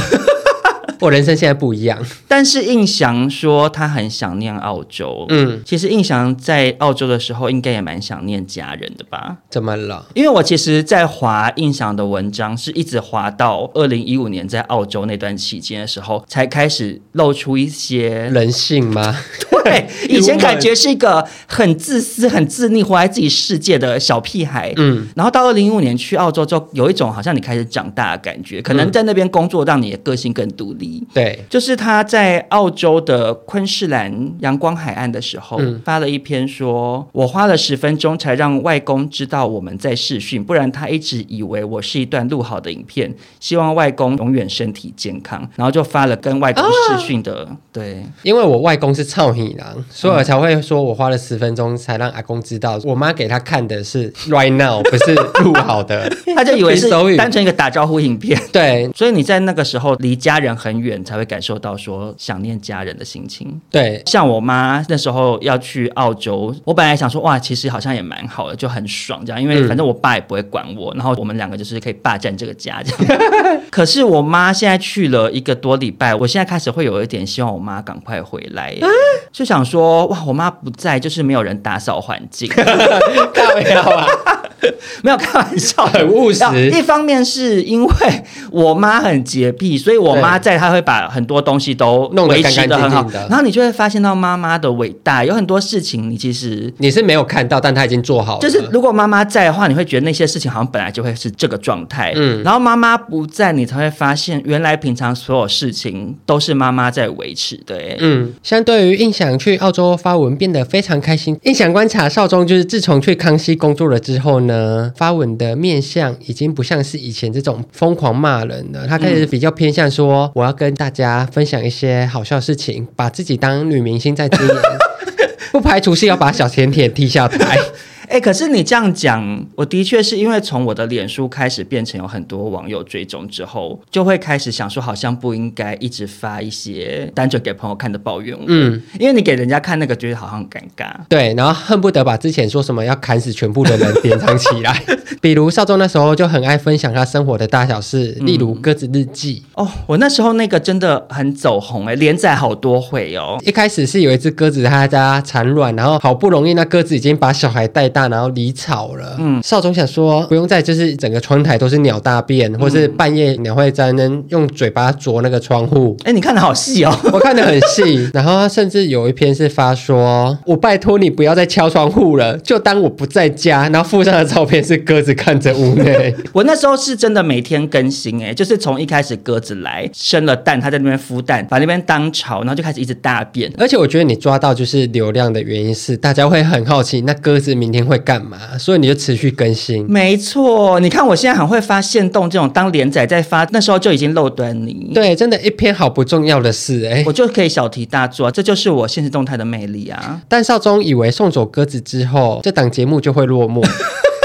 Speaker 1: 我人生现在不一样。
Speaker 2: 但是印翔说他很想念澳洲，
Speaker 1: 嗯，
Speaker 2: 其实印翔在澳洲的时候应该也蛮想念家人的吧。
Speaker 1: 怎么了？
Speaker 2: 因为我其实，在划印象的文章，是一直划到二零一五年在澳洲那段期间的时候，才开始露出一些
Speaker 1: 人性吗？
Speaker 2: 对，以前感觉是一个很自私、很自溺、活在自己世界的小屁孩。
Speaker 1: 嗯
Speaker 2: 嗯，然后到二零一五年去澳洲之后，有一种好像你开始长大的感觉，可能
Speaker 1: 嗯
Speaker 2: 在那边工作让你的个性更独立。
Speaker 1: 对，
Speaker 2: 就是他在澳洲的昆士兰阳光海岸的时候，
Speaker 1: 嗯
Speaker 2: 发了一篇说：“我花了十分钟才让外公知道我们在视讯，不然他一直以为我是一段录好的影片。希望外公永远身体健康。”然后就发了跟外公视讯的，对，
Speaker 1: 因为我外公是臭女郎，所以我才会说我花了十分钟才让阿公知道，我妈给他看的是 right now，不是录
Speaker 2: <laughs>
Speaker 1: 好的。
Speaker 2: 他就以为是
Speaker 1: 比手语
Speaker 2: 单纯一个打招呼影片。
Speaker 1: 对
Speaker 2: <laughs> 所以你在那个时候离家人很远，才会感受到说想念家人的心情。
Speaker 1: 对，
Speaker 2: 像我妈那时候要去澳洲，我本来想说哇，其实好像也蛮好的，就很爽这样，因为
Speaker 1: 嗯
Speaker 2: 反正我爸也不会管我，然后我们两个就是可以霸占这个家这样。 <laughs> 可是我妈现在去了一个多礼拜，我现在开始会有一点希望我妈赶快回来耶，就想说哇，我妈不在，就是没有人打扫环境。
Speaker 1: 靠腰啊！
Speaker 2: <laughs> 没有开玩笑，
Speaker 1: 很务实
Speaker 2: <laughs> 要哦一方面是因为我妈很洁癖，所以我妈在她会把很多东西都
Speaker 1: 弄得
Speaker 2: 维持得很好
Speaker 1: 干干净净的
Speaker 2: 然后你就会发现到妈妈的伟大，有很多事情你其实。
Speaker 1: 你是没有看到，但他已经做好了，
Speaker 2: 就是如果妈妈在的话，你会觉得那些事情好像本来就会是这个状态。
Speaker 1: 嗯
Speaker 2: 嗯，然后妈妈不在，你才会发现原来平常所有事情都是妈妈在维持的、欸。
Speaker 1: 嗯，相对于印象去澳洲发文变得非常开心。印象观察少中就是自从去康熙工作了之后呢，发文的面向已经不像是以前这种疯狂骂人了，他开始比较偏向说我要跟大家分享一些好笑的事情，把自己当女明星在经营。不排除是要把小甜甜踢下台，
Speaker 2: 哎、可是你这样讲，我的确是因为从我的脸书开始变成有很多网友追踪之后，就会开始想说，好像不应该一直发一些单纯给朋友看的抱怨文。
Speaker 1: 嗯
Speaker 2: 嗯，因为你给人家看那个，觉得好像很尴尬。
Speaker 1: 对，然后恨不得把之前说什么要砍死全部的人典藏起来。比如少中那时候就很爱分享他生活的大小事，例如鸽子日记，
Speaker 2: 哦，我那时候那个真的很走红哎、连载好多回哦。
Speaker 1: 一开始是有一只鸽子，它在家产卵，然后好不容易那鸽子已经把小孩带大，然后离巢了。嗯，少总想说不用再就是整个窗台都是鸟大便，或是半夜鸟会在那边用嘴巴啄那个窗户。
Speaker 2: 哎、你看的好细哦。 <laughs>
Speaker 1: 我看得很细，然后他甚至有一篇是发说：“我拜托你不要再敲窗户了，就当我不在家。”然后附上的照片是鸽子看着屋内。
Speaker 2: 我那时候是真的每天更新、欸，哎，就是从一开始鸽子来生了蛋，它在那边孵蛋，把那边当巢，然后就开始一直大便。
Speaker 1: 而且我觉得你抓到就是流量的原因是，大家会很好奇那鸽子明天会干嘛，所以你就持续更新。
Speaker 2: 没错，你看我现在很会发现动这种当连载在发，那时候就已经漏端倪。，
Speaker 1: 对，真的，一篇好不重要的事哎、
Speaker 2: 我就可以小题大做，这就是我现实动态的魅力啊！
Speaker 1: 但少宗以为送走鸽子之后，这档节目就会 <laughs> 落幕，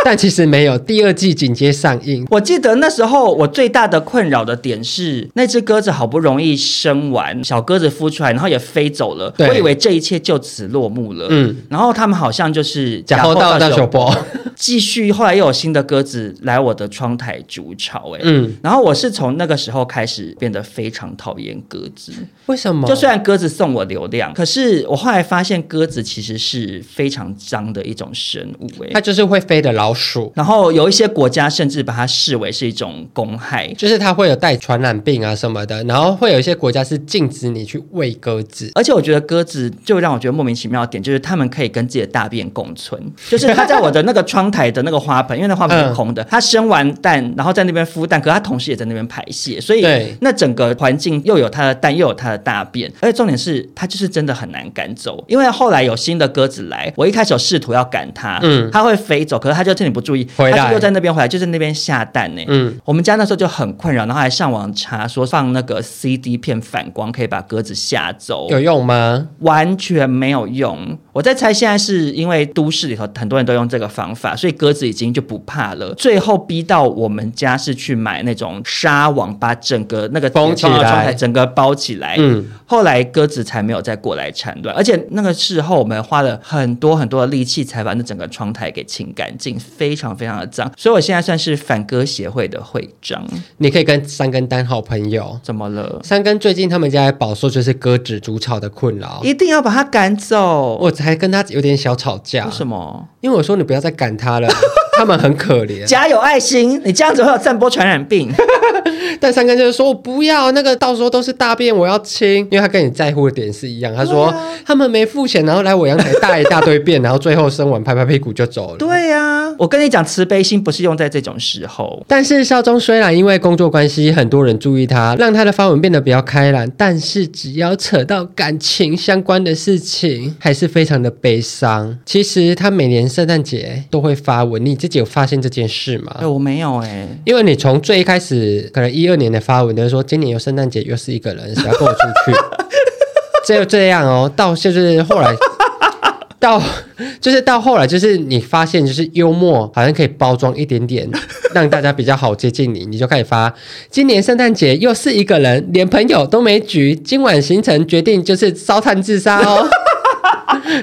Speaker 1: 但其实没有，第二季紧接上映。
Speaker 2: 我记得那时候我最大的困扰的点是，那只鸽子好不容易生完，小鸽子孵出来，然后也飞走了。
Speaker 1: 对
Speaker 2: 我以为这一切就此落幕了。
Speaker 1: 嗯
Speaker 2: 嗯，然后他们好像就是
Speaker 1: 假后到到小波，
Speaker 2: <laughs> 继续，后来又有新的鸽子来我的窗台筑巢、欸，哎，
Speaker 1: 嗯，
Speaker 2: 然后我是从那个时候开始变得非常讨厌鸽子，
Speaker 1: 为什么？
Speaker 2: 就虽然鸽子送我流量，可是我后来发现鸽子其实是非常脏的一种生物、欸，
Speaker 1: 它就是会飞的老鼠，
Speaker 2: 然后有一些国家甚至把它视为是一种公害。
Speaker 1: 就是它会有带传染病啊什么的，然后会有一些国家是禁止你去喂鸽子。
Speaker 2: 而且我觉得鸽子就让我觉得莫名其妙的点，就是它们可以跟自己的大便共存。就是它在我的那个窗台的那个花盆，因为那花盆
Speaker 1: 嗯
Speaker 2: 是空的，它生完蛋，然后在那边孵蛋，可它同时也在那边排泄，所以
Speaker 1: 对
Speaker 2: 那整个环境又有它的蛋，又有它的大便。而且重点是，它就是真的很难赶走，因为后来有新的鸽子来，我一开始有试图要赶它，
Speaker 1: 嗯
Speaker 2: 嗯，它会飞走，可是它就趁你不注意，
Speaker 1: 回来
Speaker 2: 它就又在那边回来，就在那边下蛋呢、
Speaker 1: 嗯
Speaker 2: 嗯，我们家那时候就很困扰，然后还上网查说放那个 CD 片反光可以把鸽子吓走，
Speaker 1: 有用吗？
Speaker 2: 完全没有用。我在猜，现在是因为都市里头很多人都用这个方法，所以鸽子已经就不怕了。最后逼到我们家是去买那种纱网，把整个那个
Speaker 1: 封起来
Speaker 2: 窗台整个包起来。
Speaker 1: 嗯
Speaker 2: 后来鸽子才没有再过来产卵，而且那个事后我们花了很多很多的力气才把那整个窗台给清干净，非常非常的脏。所以我现在算是反鸽协会的会长。
Speaker 1: 你可以跟三根当好朋友。
Speaker 2: 怎么了？
Speaker 1: 三根最近他们家也饱受就是鸽子筑巢的困扰，
Speaker 2: 一定要把它赶走？
Speaker 1: 我才跟他有点小吵架。
Speaker 2: 为什么？
Speaker 1: 因为我说你不要再赶 <laughs> 他了，他们很可怜。
Speaker 2: 加有爱心，你这样子会有散播传染病。
Speaker 1: 但三根就是说我不要那个，到时候都是大便，我要清，因为他跟你在乎的点是一样。他说、他们没付钱，然后来我阳台大一大堆便，然后最后生完拍拍屁股就走了。。
Speaker 2: 对呀、我跟你讲，慈悲心不是用在这种时候。
Speaker 1: 但是少宗虽然因为工作关系，很多人注意他，让他的发文变得比较开朗，但是只要扯到感情相关的事情，还是非常的悲伤。其实他每年圣诞节都会发文，你自己有发现这件事吗？
Speaker 2: 哎、我没有哎、
Speaker 1: 因为你从最一开始，可能一二年的发文，就是说今年有圣诞节，又是一个人，谁要跟我出去？只有 <laughs> 这样哦，到就是后来， <laughs> 到就是到后来，就是你发现就是幽默好像可以包装一点点，让大家比较好接近你，你就开始发。今年圣诞节又是一个人，连朋友都没聚，今晚行程决定就是烧炭自杀哦。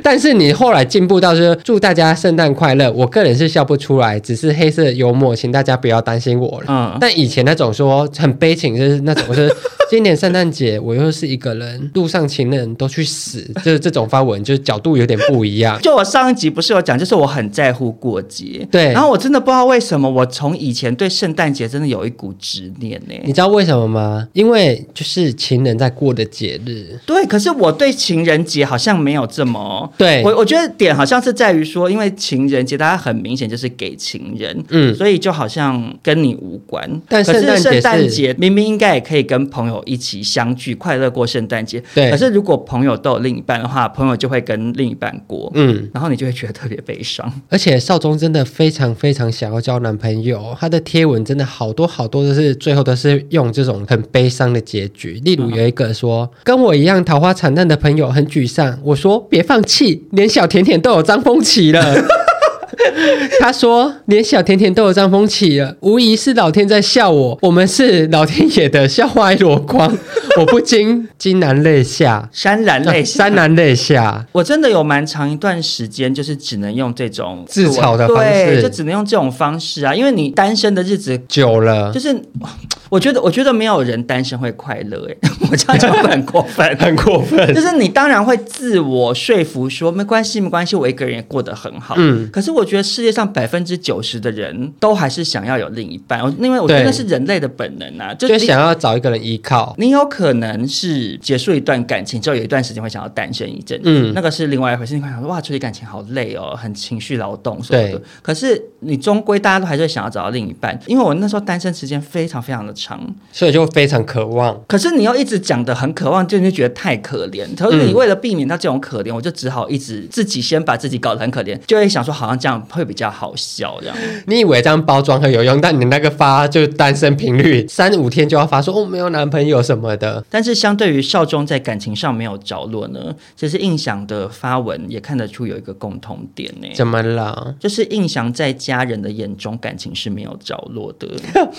Speaker 1: 但是你后来进步到是祝大家圣诞快乐，我个人是笑不出来，只是黑色幽默，请大家不要担心我了。
Speaker 2: 嗯
Speaker 1: 但以前那种说很悲情，就是那种就是 <laughs> 今年圣诞节我又是一个人，路上情人都去死，就是这种发文，就是角度有点不
Speaker 2: <laughs>
Speaker 1: 一样。
Speaker 2: 就我上一集不是有讲，就是我很在乎过节，
Speaker 1: 对
Speaker 2: 然后我真的不知道为什么，我从以前对圣诞节真的有一股执念哎呢、
Speaker 1: 你知道为什么吗？因为就是情人在过的节日，
Speaker 2: 对，可是我对情人节好像没有这么。
Speaker 1: 对
Speaker 2: 我我觉得点好像是在于说，因为情人节大家很明显就是给情人，
Speaker 1: 嗯
Speaker 2: 所以就好像跟你无关。
Speaker 1: 但
Speaker 2: 可是
Speaker 1: 圣诞节
Speaker 2: 圣诞
Speaker 1: 是
Speaker 2: 节明明应该也可以跟朋友一起相聚，快乐过圣诞节。
Speaker 1: 对
Speaker 2: 可是如果朋友都有另一半的话，朋友就会跟另一半过，
Speaker 1: 嗯，
Speaker 2: 然后你就会觉得特别悲伤。
Speaker 1: 而且少宗真的非常非常想要交男朋友，她的贴文真的好多好多都是最后都是用这种很悲伤的结局。例如有一个说，跟我一样桃花惨淡的朋友很沮丧，我说别放弃，连小甜甜都有张丰琪了。他说：“连小甜甜都有张风起了，无疑是老天在笑我，我们是老天爷的笑话一箩筐。”我不禁 <laughs> 惊然泪下，
Speaker 2: 潸然泪下，
Speaker 1: <laughs> 潸然泪下。
Speaker 2: 我真的有蛮长一段时间，就是只能用这种
Speaker 1: 自嘲的方式
Speaker 2: 对，就只能用这种方式啊，因为你单身的日子。
Speaker 1: 久了
Speaker 2: 就，是，我觉得，我觉得没有人单身会快乐，哎， <laughs> 我这样讲会很过分，
Speaker 1: 很过分
Speaker 2: 就是你当然会自我说服说没关系，没关系，我一个人也过得很好。
Speaker 1: 嗯
Speaker 2: 可是我觉得世界上百分之九十的人都还是想要有另一半，我因为我觉得
Speaker 1: 对
Speaker 2: 那是人类的本能啊，就
Speaker 1: 就
Speaker 2: 你
Speaker 1: 想要找一个人依靠。
Speaker 2: 你有可能是结束一段感情之后，有一段时间会想要单身一阵，嗯
Speaker 1: 嗯，
Speaker 2: 那个是另外一回事。你会想说，哇，处理感情好累哦，很情绪劳动什么的
Speaker 1: 对。
Speaker 2: 可是你终归大家都还是会想要找到另一半，因为我那时候单身时间非常非常的长。
Speaker 1: 所以就非常渴望。
Speaker 2: 可是你又一直讲的很渴望，就你就觉得太可怜。可是你为了避免到这种可怜，我就只好一直自己先把自己搞得很可怜，就会想说好像这样会比较好笑这样。
Speaker 1: 你以为这样包装很有用，但你那个发就单身频率三五天就要发说哦没有男朋友什么的，
Speaker 2: 但是相对于少中在感情上没有着落呢，其实印象的发文也看得出有一个共同点呢、
Speaker 1: 怎么了？
Speaker 2: 就是印翔在家人的眼中感情是没有着落的。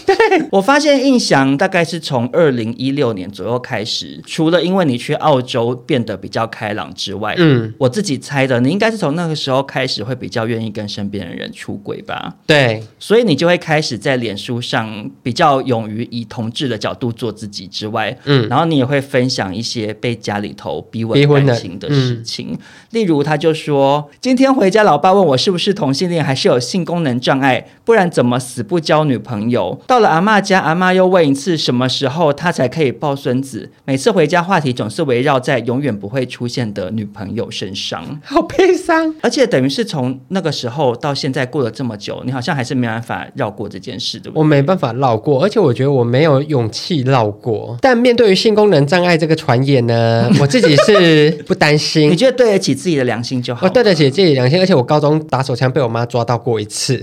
Speaker 2: 对我发现印翔大概是从二零一六年左右开始，除了因为你去澳洲变得比较开朗之外，
Speaker 1: 嗯，
Speaker 2: 我自己猜的，你应该是从那个时候开始会比较愿意跟身边的人出轨吧，
Speaker 1: 对，
Speaker 2: 所以你就会开始在脸书上比较勇于以同志的角度做自己之外，
Speaker 1: 嗯
Speaker 2: 然后你也会分享一些被家里头逼
Speaker 1: 逼
Speaker 2: 问
Speaker 1: 婚
Speaker 2: 感
Speaker 1: 的嗯
Speaker 2: 情的事情，例如他就说，今天回家，老爸问我是不是同性恋，还是有性功能障碍，不然怎么死不交女朋友？到了阿嬷家，阿嬷又问一次什么时候他才可以抱孙子，每次回家话题总是围绕在永远不会出现的女朋友身上。
Speaker 1: 好悲伤。
Speaker 2: 而且等于是从那个时候到现在过了这么久，你好像还是没办法绕过这件事，对不对？
Speaker 1: 我没办法绕过，而且我觉得我没有勇气绕过。但面对于性功能障碍这个传言
Speaker 2: <laughs>
Speaker 1: 呢，我自己是不担
Speaker 2: 你
Speaker 1: 心。
Speaker 2: 觉得对得起自己的良心就好。
Speaker 1: 我对得起自己良心，而且我高中打手枪被我妈抓到过一次。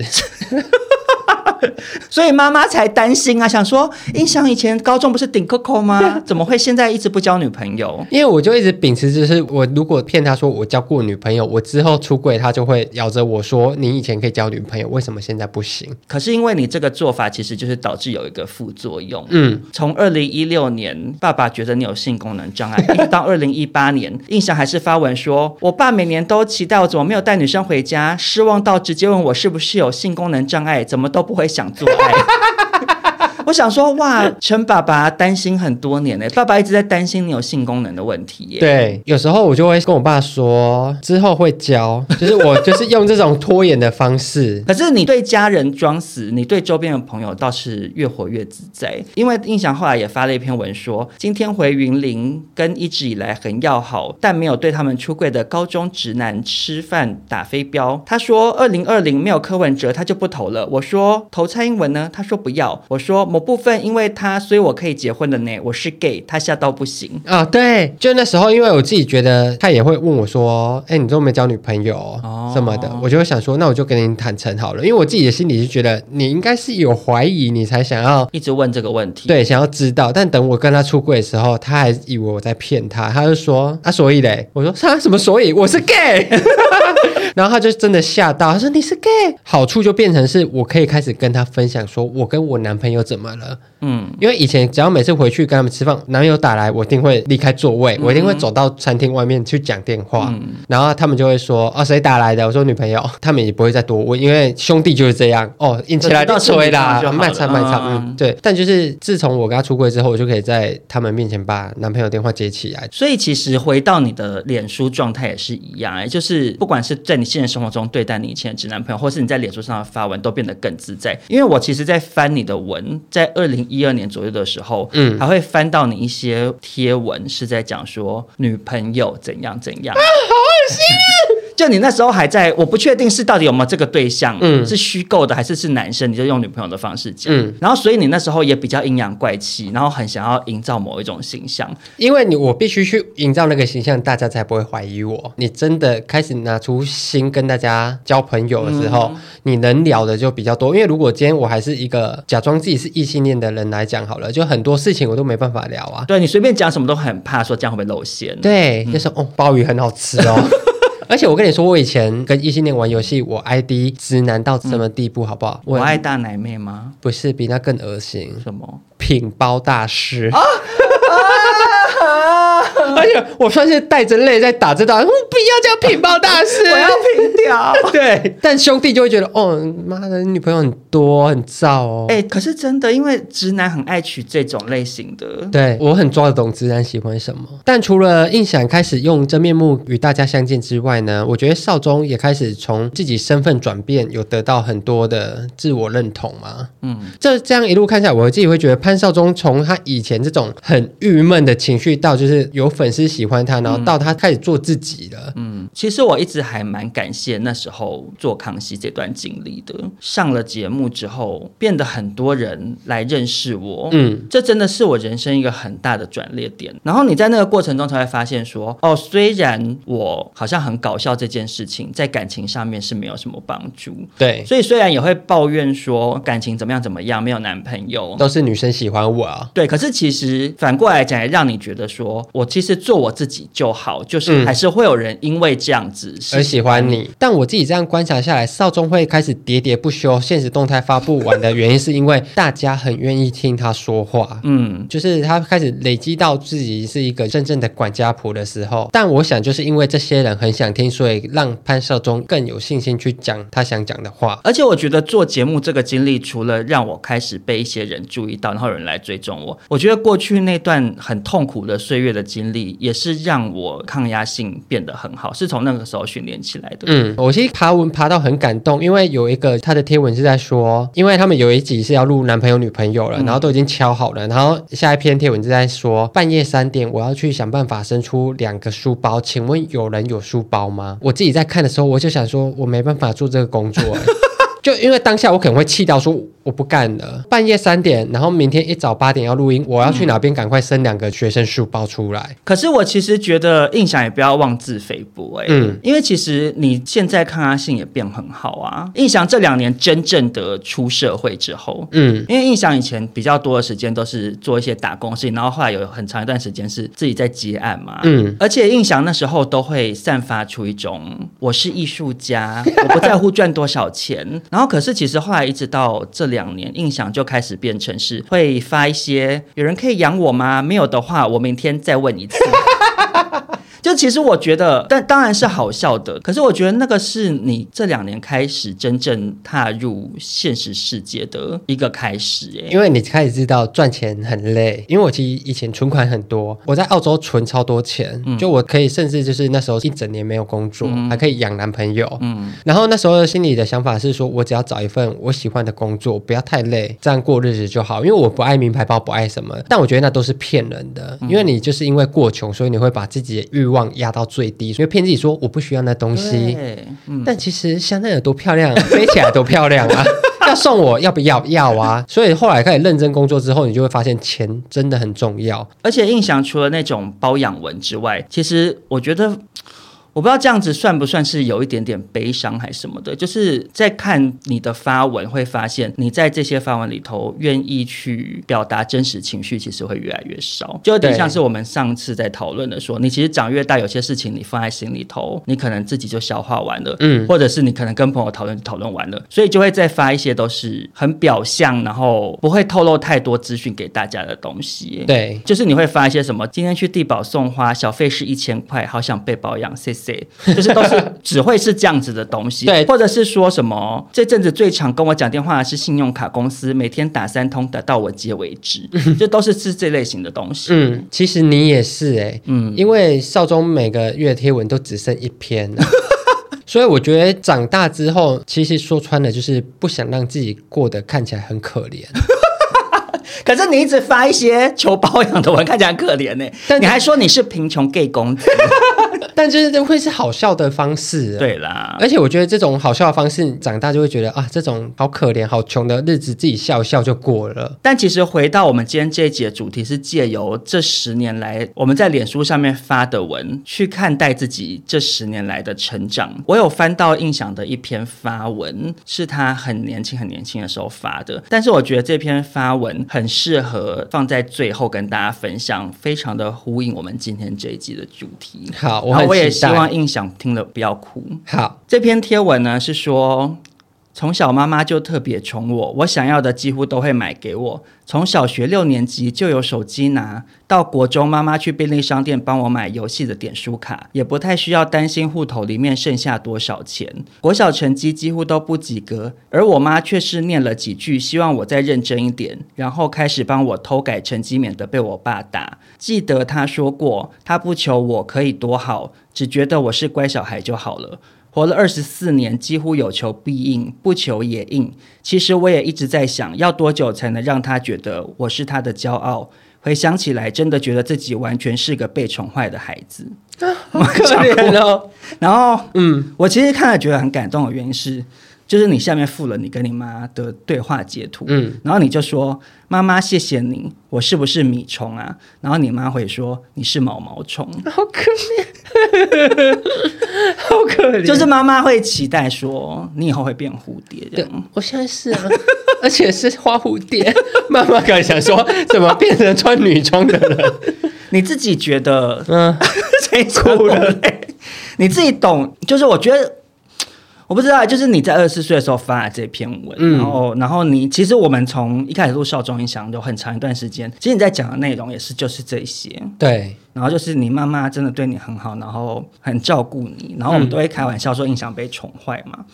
Speaker 2: 所以妈妈才担心啊，想说印象以前高中不是顶 Coco <laughs> 吗？怎么会现在一直不交女朋友？
Speaker 1: 因为我就一直秉持，就是我如果骗他说我交过女朋友，我之后出柜，他就会咬着我说你以前可以交女朋友，为什么现在不行？
Speaker 2: 可是因为你这个做法，其实就是导致有一个副作用。
Speaker 1: 嗯，
Speaker 2: 从二零一六年，爸爸觉得你有性功能障碍，一直到二零一八年，印象还是发文说，我爸每年都期待我怎么没有带女生回家，失望到直接问我是不是有性功能障碍，怎么都不会想做爱。我想说，哇，陈爸爸担心很多年呢、爸爸一直在担心你有性功能的问题耶、。
Speaker 1: 对，有时候我就会跟我爸说之后会交，就是我就是用这种拖延的方式 <laughs>
Speaker 2: 可是你对家人装死，你对周边的朋友倒是越活越自在。因为印象后来也发了一篇文说，今天回云林跟一直以来很要好但没有对他们出柜的高中直男吃饭打飞镖。他说二零二零没有柯文哲他就不投了。我说投蔡英文呢？他说不要。我说某部分因为他，所以我可以结婚了呢。我是 gay，他吓到不行。
Speaker 1: 啊、对，就那时候，因为我自己觉得他也会问我说：“哎、你都没交女朋友
Speaker 2: 哦
Speaker 1: 什么的。我就会想说，那我就跟你坦诚好了，因为我自己的心里是觉得你应该是有怀疑，你才想要
Speaker 2: 一直问这个问题。
Speaker 1: 对，想要知道，但等我跟他出柜的时候，他还以为我在骗他，他就说啊，所以嘞，我说他什么所以，我是 gay，然后他就真的吓到，他说你是 gay，好处就变成是我可以开始跟他分享，说我跟我男朋友怎么么了。
Speaker 2: 嗯，
Speaker 1: 因为以前只要每次回去跟他们吃饭，男友打来，我一定会离开座位，
Speaker 2: 嗯
Speaker 1: 我一定会走到餐厅外面去讲电话，然后他们就会说：“哦，谁打来的？”我说：“女朋友。”他们也不会再多问，因为兄弟就是这样哦，硬起来
Speaker 2: 就知道是
Speaker 1: 吹
Speaker 2: 女朋
Speaker 1: 啦
Speaker 2: 友就，好了
Speaker 1: 卖惨卖惨。
Speaker 2: 嗯
Speaker 1: 嗯，对。但就是自从我跟他出柜之后，我就可以在他们面前把男朋友电话接起来。
Speaker 2: 所以其实回到你的脸书状态也是一样、哎，就是不管是在你现实生活中对待你以前的直男朋友，或是你在脸书上的发文，都变得更自在。因为我其实，在翻你的文，在二零一二年左右的时候，嗯，还会翻到你一些贴文，是在讲说女朋友怎样怎
Speaker 1: 啊
Speaker 2: 样。 <laughs> 就你那时候还在，我不确定是到底有没有这个对象，
Speaker 1: 嗯
Speaker 2: 是虚构的还是是男生，你就用女朋友的方式讲，
Speaker 1: 嗯
Speaker 2: 然后所以你那时候也比较阴阳怪气，然后很想要营造某一种形象，
Speaker 1: 因为你我必须去营造那个形象，大家才不会怀疑我。你真的开始拿出心跟大家交朋友的时候，
Speaker 2: 嗯
Speaker 1: 你能聊的就比较多。因为如果今天我还是一个假装自己是异性恋的人来讲好了，就很多事情我都没办法聊啊。
Speaker 2: <laughs> 对你随便讲什么都很怕说这样会不会露馅，，
Speaker 1: 对，就说哦，鲍鱼很好吃
Speaker 2: <laughs>
Speaker 1: 哦。而且我跟你说，我以前跟异性恋玩游戏，我 ID 直男到什么地步，好不好？
Speaker 2: 我爱大奶妹吗？
Speaker 1: 不是比那更恶心，
Speaker 2: 什么？
Speaker 1: 品包大师。
Speaker 2: 哦
Speaker 1: 啊
Speaker 2: <laughs>
Speaker 1: 而且我算是带着泪在打这道，我不要叫品包大师，
Speaker 2: <laughs> 我要平
Speaker 1: <laughs>
Speaker 2: 调。
Speaker 1: 对，但兄弟就会觉得，哦，妈的，你女朋友很多，很燥哦。
Speaker 2: 哎、可是真的，因为直男很爱取这种类型的，
Speaker 1: 对我很抓得懂直男喜欢什么，但除了印象开始用真面目与大家相见之外呢，我觉得少中也开始从自己身份转变，有得到很多的自我认同嘛。
Speaker 2: 嗯，
Speaker 1: 这这样一路看下来，我自己会觉得潘少忠从他以前这种很郁闷的情绪，到就是有粉丝喜欢他，然后到他开始做自己了。
Speaker 2: 嗯，其实我一直还蛮感谢那时候做康熙这段经历的。上了节目之后，变得很多人来认识我，
Speaker 1: 嗯
Speaker 2: 这真的是我人生一个很大的转捩点。然后你在那个过程中才会发现说，哦，虽然我好像很搞笑这件事情，在感情上面是没有什么帮助，
Speaker 1: 对，
Speaker 2: 所以虽然也会抱怨说感情怎么样怎么样，没有男朋友。
Speaker 1: 都是女生喜欢我啊。
Speaker 2: 对，可是其实反过来讲，也让你觉得说，我其实做我自己就好，就是
Speaker 1: 嗯
Speaker 2: 还是会有人因为这样子是
Speaker 1: 而喜欢你，但我自己这样观察下来，少中会开始喋喋不休，现实动态发布完的原因，是因为大家很愿意听他说话。
Speaker 2: 嗯，
Speaker 1: 就是他开始累积到自己是一个真正的管家婆的时候，但我想就是因为这些人很想听，所以让潘少忠更有信心去讲他想讲的话。
Speaker 2: 而且我觉得做节目这个经历，除了让我开始被一些人注意到，然后有人来追踪我，我觉得过去那段很痛苦的岁月的经历，也是让我抗压性变得很好，是从那个时候训练起来的。
Speaker 1: 嗯，我其实爬文爬到很感动，因为有一个他的贴文是在说，因为他们有一集是要录男朋友女朋友了，然后都已经敲好了，然后下一篇贴文是在说半夜三点我要去想办法生出两个书包，请问有人有书包吗？我自己在看的时候，我就想说我没办法做这个工作、欸 <laughs> 就因为当下我可能会气到说我不干了，半夜三点，然后明天一早八点要录音，我要去哪边赶快生两个学生书包出来？
Speaker 2: 可是我其实觉得印象也不要妄自菲薄哎、
Speaker 1: 嗯
Speaker 2: 因为其实你现在抗压性也变很好啊。印象这两年真正的出社会之后，
Speaker 1: 嗯，
Speaker 2: 因为印象以前比较多的时间都是做一些打工事情，然后后来有很长一段时间是自己在接案嘛，
Speaker 1: 嗯，
Speaker 2: 而且印象那时候都会散发出一种我是艺术家，
Speaker 1: <laughs>
Speaker 2: 我不在乎赚多少钱。然后可是其实后来一直到这两年，印象就开始变成是会发一些有人可以养我吗？没有的话，我明天再问一
Speaker 1: <laughs>
Speaker 2: 次。就其实我觉得，但当然是好笑的。可是我觉得那个是你这两年开始真正踏入现实世界的一个开始、欸，
Speaker 1: 因为你开始知道赚钱很累，因为我其实以前存款很多，我在澳洲存超多钱，就我可以甚至就是那时候一整年没有工作，还可以养男朋友。嗯，然后那时候心里的想法是说，我只要找一份我喜欢的工作，不要太累，这样过日子就好。因为我不爱名牌包，不爱什么，但我觉得那都是骗人的，因为你就是因为过穷，所以你会把自己的欲望压到最低，所以骗自己说我不需要那东西。
Speaker 2: 对，
Speaker 1: 但其实香奈儿多漂亮、啊，嗯 <laughs> 飞起来多漂亮啊！ <laughs> 要送我要不要？要啊！所以后来开始认真工作之后，你就会发现钱真的很重要。
Speaker 2: 而且印象除了那种包养文之外，其实我觉得。我不知道这样子算不算是有一点点悲伤还是什么的，就是在看你的发文会发现，你在这些发文里头愿意去表达真实情绪，其实会越来越少，就有点
Speaker 1: 对
Speaker 2: 像是我们上次在讨论的说，你其实长越大，有些事情你放在心里头，你可能自己就消化完了，
Speaker 1: 嗯
Speaker 2: 或者是你可能跟朋友讨论讨论完了，所以就会再发一些都是很表象，然后不会透露太多资讯给大家的东西，。
Speaker 1: 对，
Speaker 2: 就是你会发一些什么？今天去地保送花，小费是一千块，好想被保养，谢谢。就是都是只会是这样子的东西，
Speaker 1: <laughs> 对
Speaker 2: 或者是说什么这阵子最常跟我讲电话的是信用卡公司，每天打三通，打到我接为
Speaker 1: <laughs>
Speaker 2: 止，就都是是这类型的东西。
Speaker 1: 嗯，其实你也是哎、
Speaker 2: 嗯
Speaker 1: 因为少中每个月贴文都只剩一篇 <laughs> 了。所以我觉得长大之后，其实说穿了就是不想让自己过得看起来很可怜。
Speaker 2: 可是你一直发一些求保养的文，看起来很可怜呢、
Speaker 1: 但
Speaker 2: 你还说你是贫穷 gay 公
Speaker 1: <laughs>
Speaker 2: 子，
Speaker 1: 但就是会是好笑的方式。，啊
Speaker 2: 对啦，
Speaker 1: 而且我觉得这种好笑的方式，长大就会觉得啊，这种好可怜、好穷的日子，自己笑一笑就过了。
Speaker 2: 但其实回到我们今天这一集的主题，是借由这十年来我们在脸书上面发的文，去看待自己这十年来的成长。我有翻到印象的一篇发文，是他很年轻、很年轻的时候发的，但是我觉得这篇发文很适合放在最后跟大家分享，非常的呼应我们今天这一集的主题。
Speaker 1: 好，我
Speaker 2: 然后
Speaker 1: 很
Speaker 2: 我也
Speaker 1: 期
Speaker 2: 希
Speaker 1: 待
Speaker 2: 望印象听了不要哭。
Speaker 1: 好，
Speaker 2: 这篇贴文呢是说，从小妈妈就特别宠我，我想要的几乎都会买给我。从小学六年级就有手机拿，到国中妈妈去便利商店帮我买游戏的点数卡，也不太需要担心户头里面剩下多少钱。国小成绩几乎都不及格，而我妈却是念了几句，希望我再认真一点，然后开始帮我偷改成绩，免得被我爸打。记得她说过，她不求我可以多好，只觉得我是乖小孩就好了。活了二十四年，几乎有求必应，不求也应。其实我也一直在想，要多久才能让他觉得我是他的骄傲？回想起来，真的觉得自己完全是个被宠坏的孩子。
Speaker 1: 好可怜哦。
Speaker 2: 然后
Speaker 1: 嗯，
Speaker 2: 我其实看了觉得很感动的原因是，就是你下面附了你跟你妈的对话截图，
Speaker 1: 嗯，
Speaker 2: 然后你就说：“妈妈，谢谢你，我是不是米虫啊？”然后你妈会说：“你是毛毛虫。”
Speaker 1: 好可怜，好可怜。
Speaker 2: 就是妈妈会期待说你以后会变蝴蝶这
Speaker 1: 对
Speaker 2: 样。，
Speaker 1: 我现在是啊， <laughs> 而且是花蝴蝶。 <laughs> 妈妈刚才想说，怎么变成穿女装的人？
Speaker 2: 你自己觉得
Speaker 1: 嗯，
Speaker 2: <laughs> 谁哭了？你自己懂，就是我觉得。我不知道，就是你在二十四岁的时候发的这篇文，
Speaker 1: 嗯
Speaker 2: 然后，然后你其实我们从一开始录少中音响有很长一段时间，其实你在讲的内容也是就是这些，
Speaker 1: <laughs> 对，
Speaker 2: 然后就是你妈妈真的对你很好，然后很照顾你，然后我们都会开玩笑说印象被宠坏嘛。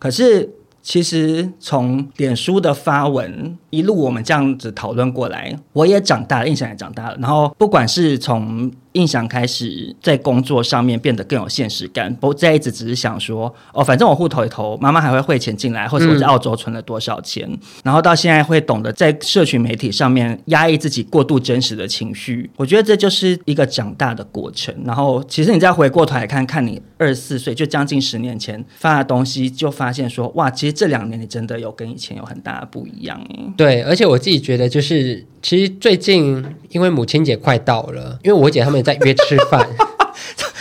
Speaker 2: 可是其实从脸书的发文一路我们这样子讨论过来，我也长大了，印象也长大了。然后不管是从印象开始在工作上面变得更有现实感，不再一直只是想说哦，反正我户头里头妈妈还会汇钱进来，或者我在澳洲存了多少钱，然后到现在会懂得在社群媒体上面压抑自己过度真实的情绪，我觉得这就是一个长大的过程。然后，其实你再回过头来看看你二十四岁，就将近十年前发的东西，就发现说，哇，其实这两年你真的有跟以前有很大的不一样诶。
Speaker 1: 对，而且我自己觉得，就是其实最近因为母亲节快到了，因为我姐他们在约吃饭，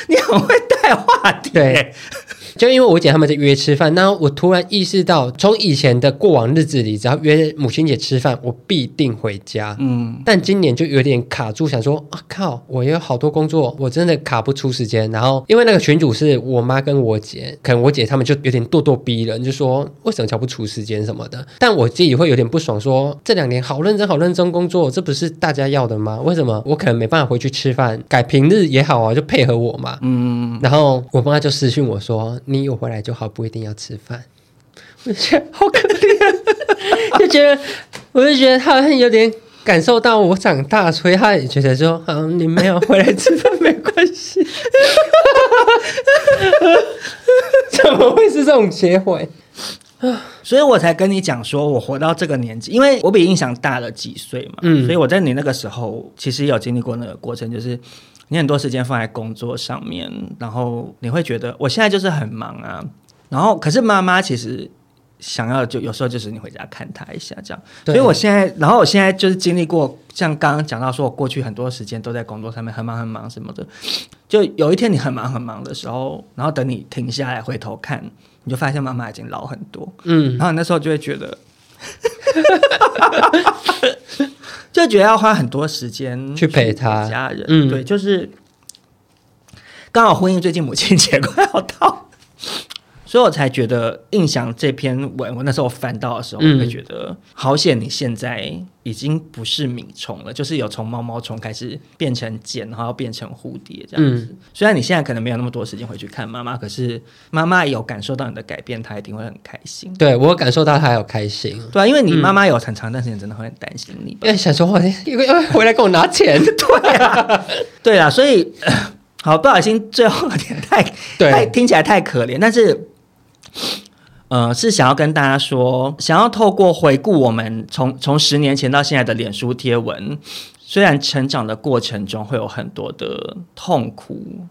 Speaker 2: 你很会带话题耶，
Speaker 1: 对 <laughs> 就因为我姐他们在约吃饭，那我突然意识到，从以前的过往日子里，只要约母亲节吃饭，我必定回家。
Speaker 2: 嗯，
Speaker 1: 但今年就有点卡住，想说啊靠，我也有好多工作，我真的卡不出时间。然后因为那个群主是我妈跟我姐，可能我姐他们就有点咄咄逼人，就说为什么瞧不出时间什么的。但我自己会有点不爽说，这两年好认真好认真工作，这不是大家要的吗？为什么我可能没办法回去吃饭，改平日也好啊，就配合我嘛。嗯。然后我妈就私讯我说，你有回来就好，不一定要吃饭。我就觉得好可怜，就觉得，我就觉得他好像有点感受到我长大，所以他也觉得说，嗯，你没有回来吃饭没关系。 <laughs> 怎么会是这种结尾？
Speaker 2: 所以我才跟你讲说，我活到这个年纪，因为我比印象大了几岁嘛，
Speaker 1: 嗯
Speaker 2: 所以我在你那个时候其实也有经历过那个过程，就是你很多时间放在工作上面，然后你会觉得我现在就是很忙啊，然后可是妈妈其实想要就有时候就是你回家看他一下这样。
Speaker 1: 对
Speaker 2: 所以我现在，然后我现在就是经历过，像刚刚讲到说，我过去很多时间都在工作上面很忙很忙什么的，就有一天你很忙很忙的时候，然后等你停下来回头看，你就发现妈妈已经老很多，
Speaker 1: 嗯，
Speaker 2: 然后你那时候就会觉得。就觉得要花很多时间
Speaker 1: 去陪她
Speaker 2: 陪家人，
Speaker 1: 嗯
Speaker 2: 对，就是刚好婚姻最近母亲节快要到，所以我才觉得印象这篇文，我那时候翻到的时候，
Speaker 1: 嗯
Speaker 2: 我会觉得、好险，你现在已经不是米虫了，就是有从毛毛虫开始变成茧，然后变成蝴蝶这
Speaker 1: 嗯
Speaker 2: 样子。虽然你现在可能没有那么多时间回去看妈妈，可是妈妈有感受到你的改变，她一定会很开心。
Speaker 1: 对我有感受到他有开心，
Speaker 2: 对啊，因为你妈妈有很长一段时间真的会很担心你吧。
Speaker 1: 因为想说哇，你因为回来跟我
Speaker 2: <laughs>
Speaker 1: 拿钱，对
Speaker 2: 对啦，所以、 <coughs> 呃好不小心最后有点太
Speaker 1: 对
Speaker 2: 太听起来太可怜，但是。呃，是想要跟大家说，想要透过回顾我们从从十年前到现在的脸书贴文，虽然成长的过程中会有很多的痛苦，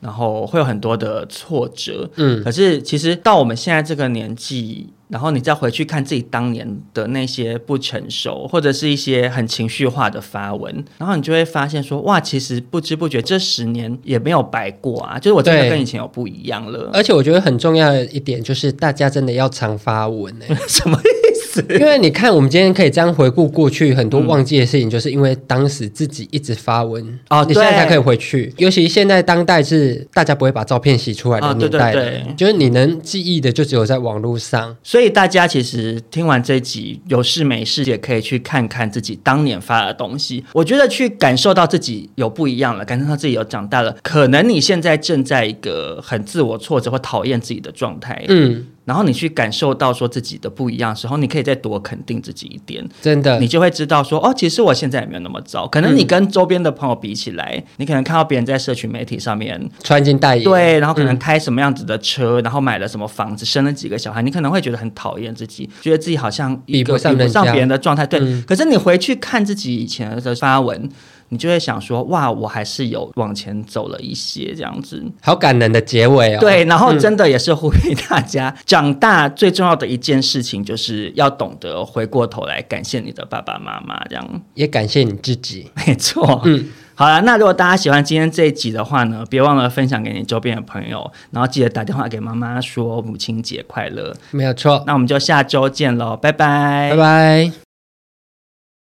Speaker 2: 然后会有很多的挫折，
Speaker 1: 嗯，
Speaker 2: 可是其实到我们现在这个年纪，然后你再回去看自己当年的那些不成熟，或者是一些很情绪化的发文，然后你就会发现说，哇，其实不知不觉这十年也没有白过啊，就是我真的
Speaker 1: 对
Speaker 2: 跟以前有不一样了。 <laughs>
Speaker 1: 而且我觉得很重要的一点就是大家真的要常发文哎、
Speaker 2: 什么 <laughs> 意思？
Speaker 1: <laughs> 因为你看我们今天可以这样回顾过去很多忘记的事情，就是因为当时自己一直发文
Speaker 2: 哦
Speaker 1: 你现在
Speaker 2: 对
Speaker 1: 才可以回去。尤其现在当代是大家不会把照片洗出来的
Speaker 2: 哦对
Speaker 1: 年代了，
Speaker 2: 对对
Speaker 1: 就是你能记忆的就只有在网络上。
Speaker 2: 所以大家其实听完这集，有事没事也可以去看看自己当年发的东西。我觉得去感受到自己有不一样了，感受到自己有长大了。可能你现在正在一个很自我挫折或讨厌自己的状态，
Speaker 1: 嗯，
Speaker 2: 然后你去感受到说自己的不一样的时候，你可以再多肯定自己一点，
Speaker 1: 真的
Speaker 2: 你，就会知道说哦，其实我现在也没有那么糟。可能你跟周边的朋友比起来，你可能看到别人在社群媒体上面
Speaker 1: 穿金戴银，
Speaker 2: 对，然后可能
Speaker 1: 嗯
Speaker 2: 开什么样子的车，然后买了什么房子，生了几个小孩，你可能会觉得很讨厌自己，觉得自己好像一
Speaker 1: 比
Speaker 2: 个
Speaker 1: 不上
Speaker 2: 比不
Speaker 1: 人
Speaker 2: 上
Speaker 1: 家
Speaker 2: 别人的状态。对，
Speaker 1: 嗯
Speaker 2: 可是你回去看自己以前的发文，你就会想说，哇，我还是有往前走了一些这样子。
Speaker 1: 好感人的结尾哦。
Speaker 2: 对，然后真的也是呼吁大家，长大最重要的一件事情就是要懂得回过头来感谢你的爸爸妈妈，这样
Speaker 1: 也感谢你自己。
Speaker 2: <laughs> 没错。
Speaker 1: 嗯，
Speaker 2: 好了，那如果大家喜欢今天这一集的话呢，别忘了分享给你周边的朋友，然后记得打电话给妈妈说母亲节快乐。
Speaker 1: 没有错。
Speaker 2: 那我们就下周见喽，拜拜
Speaker 1: 拜拜。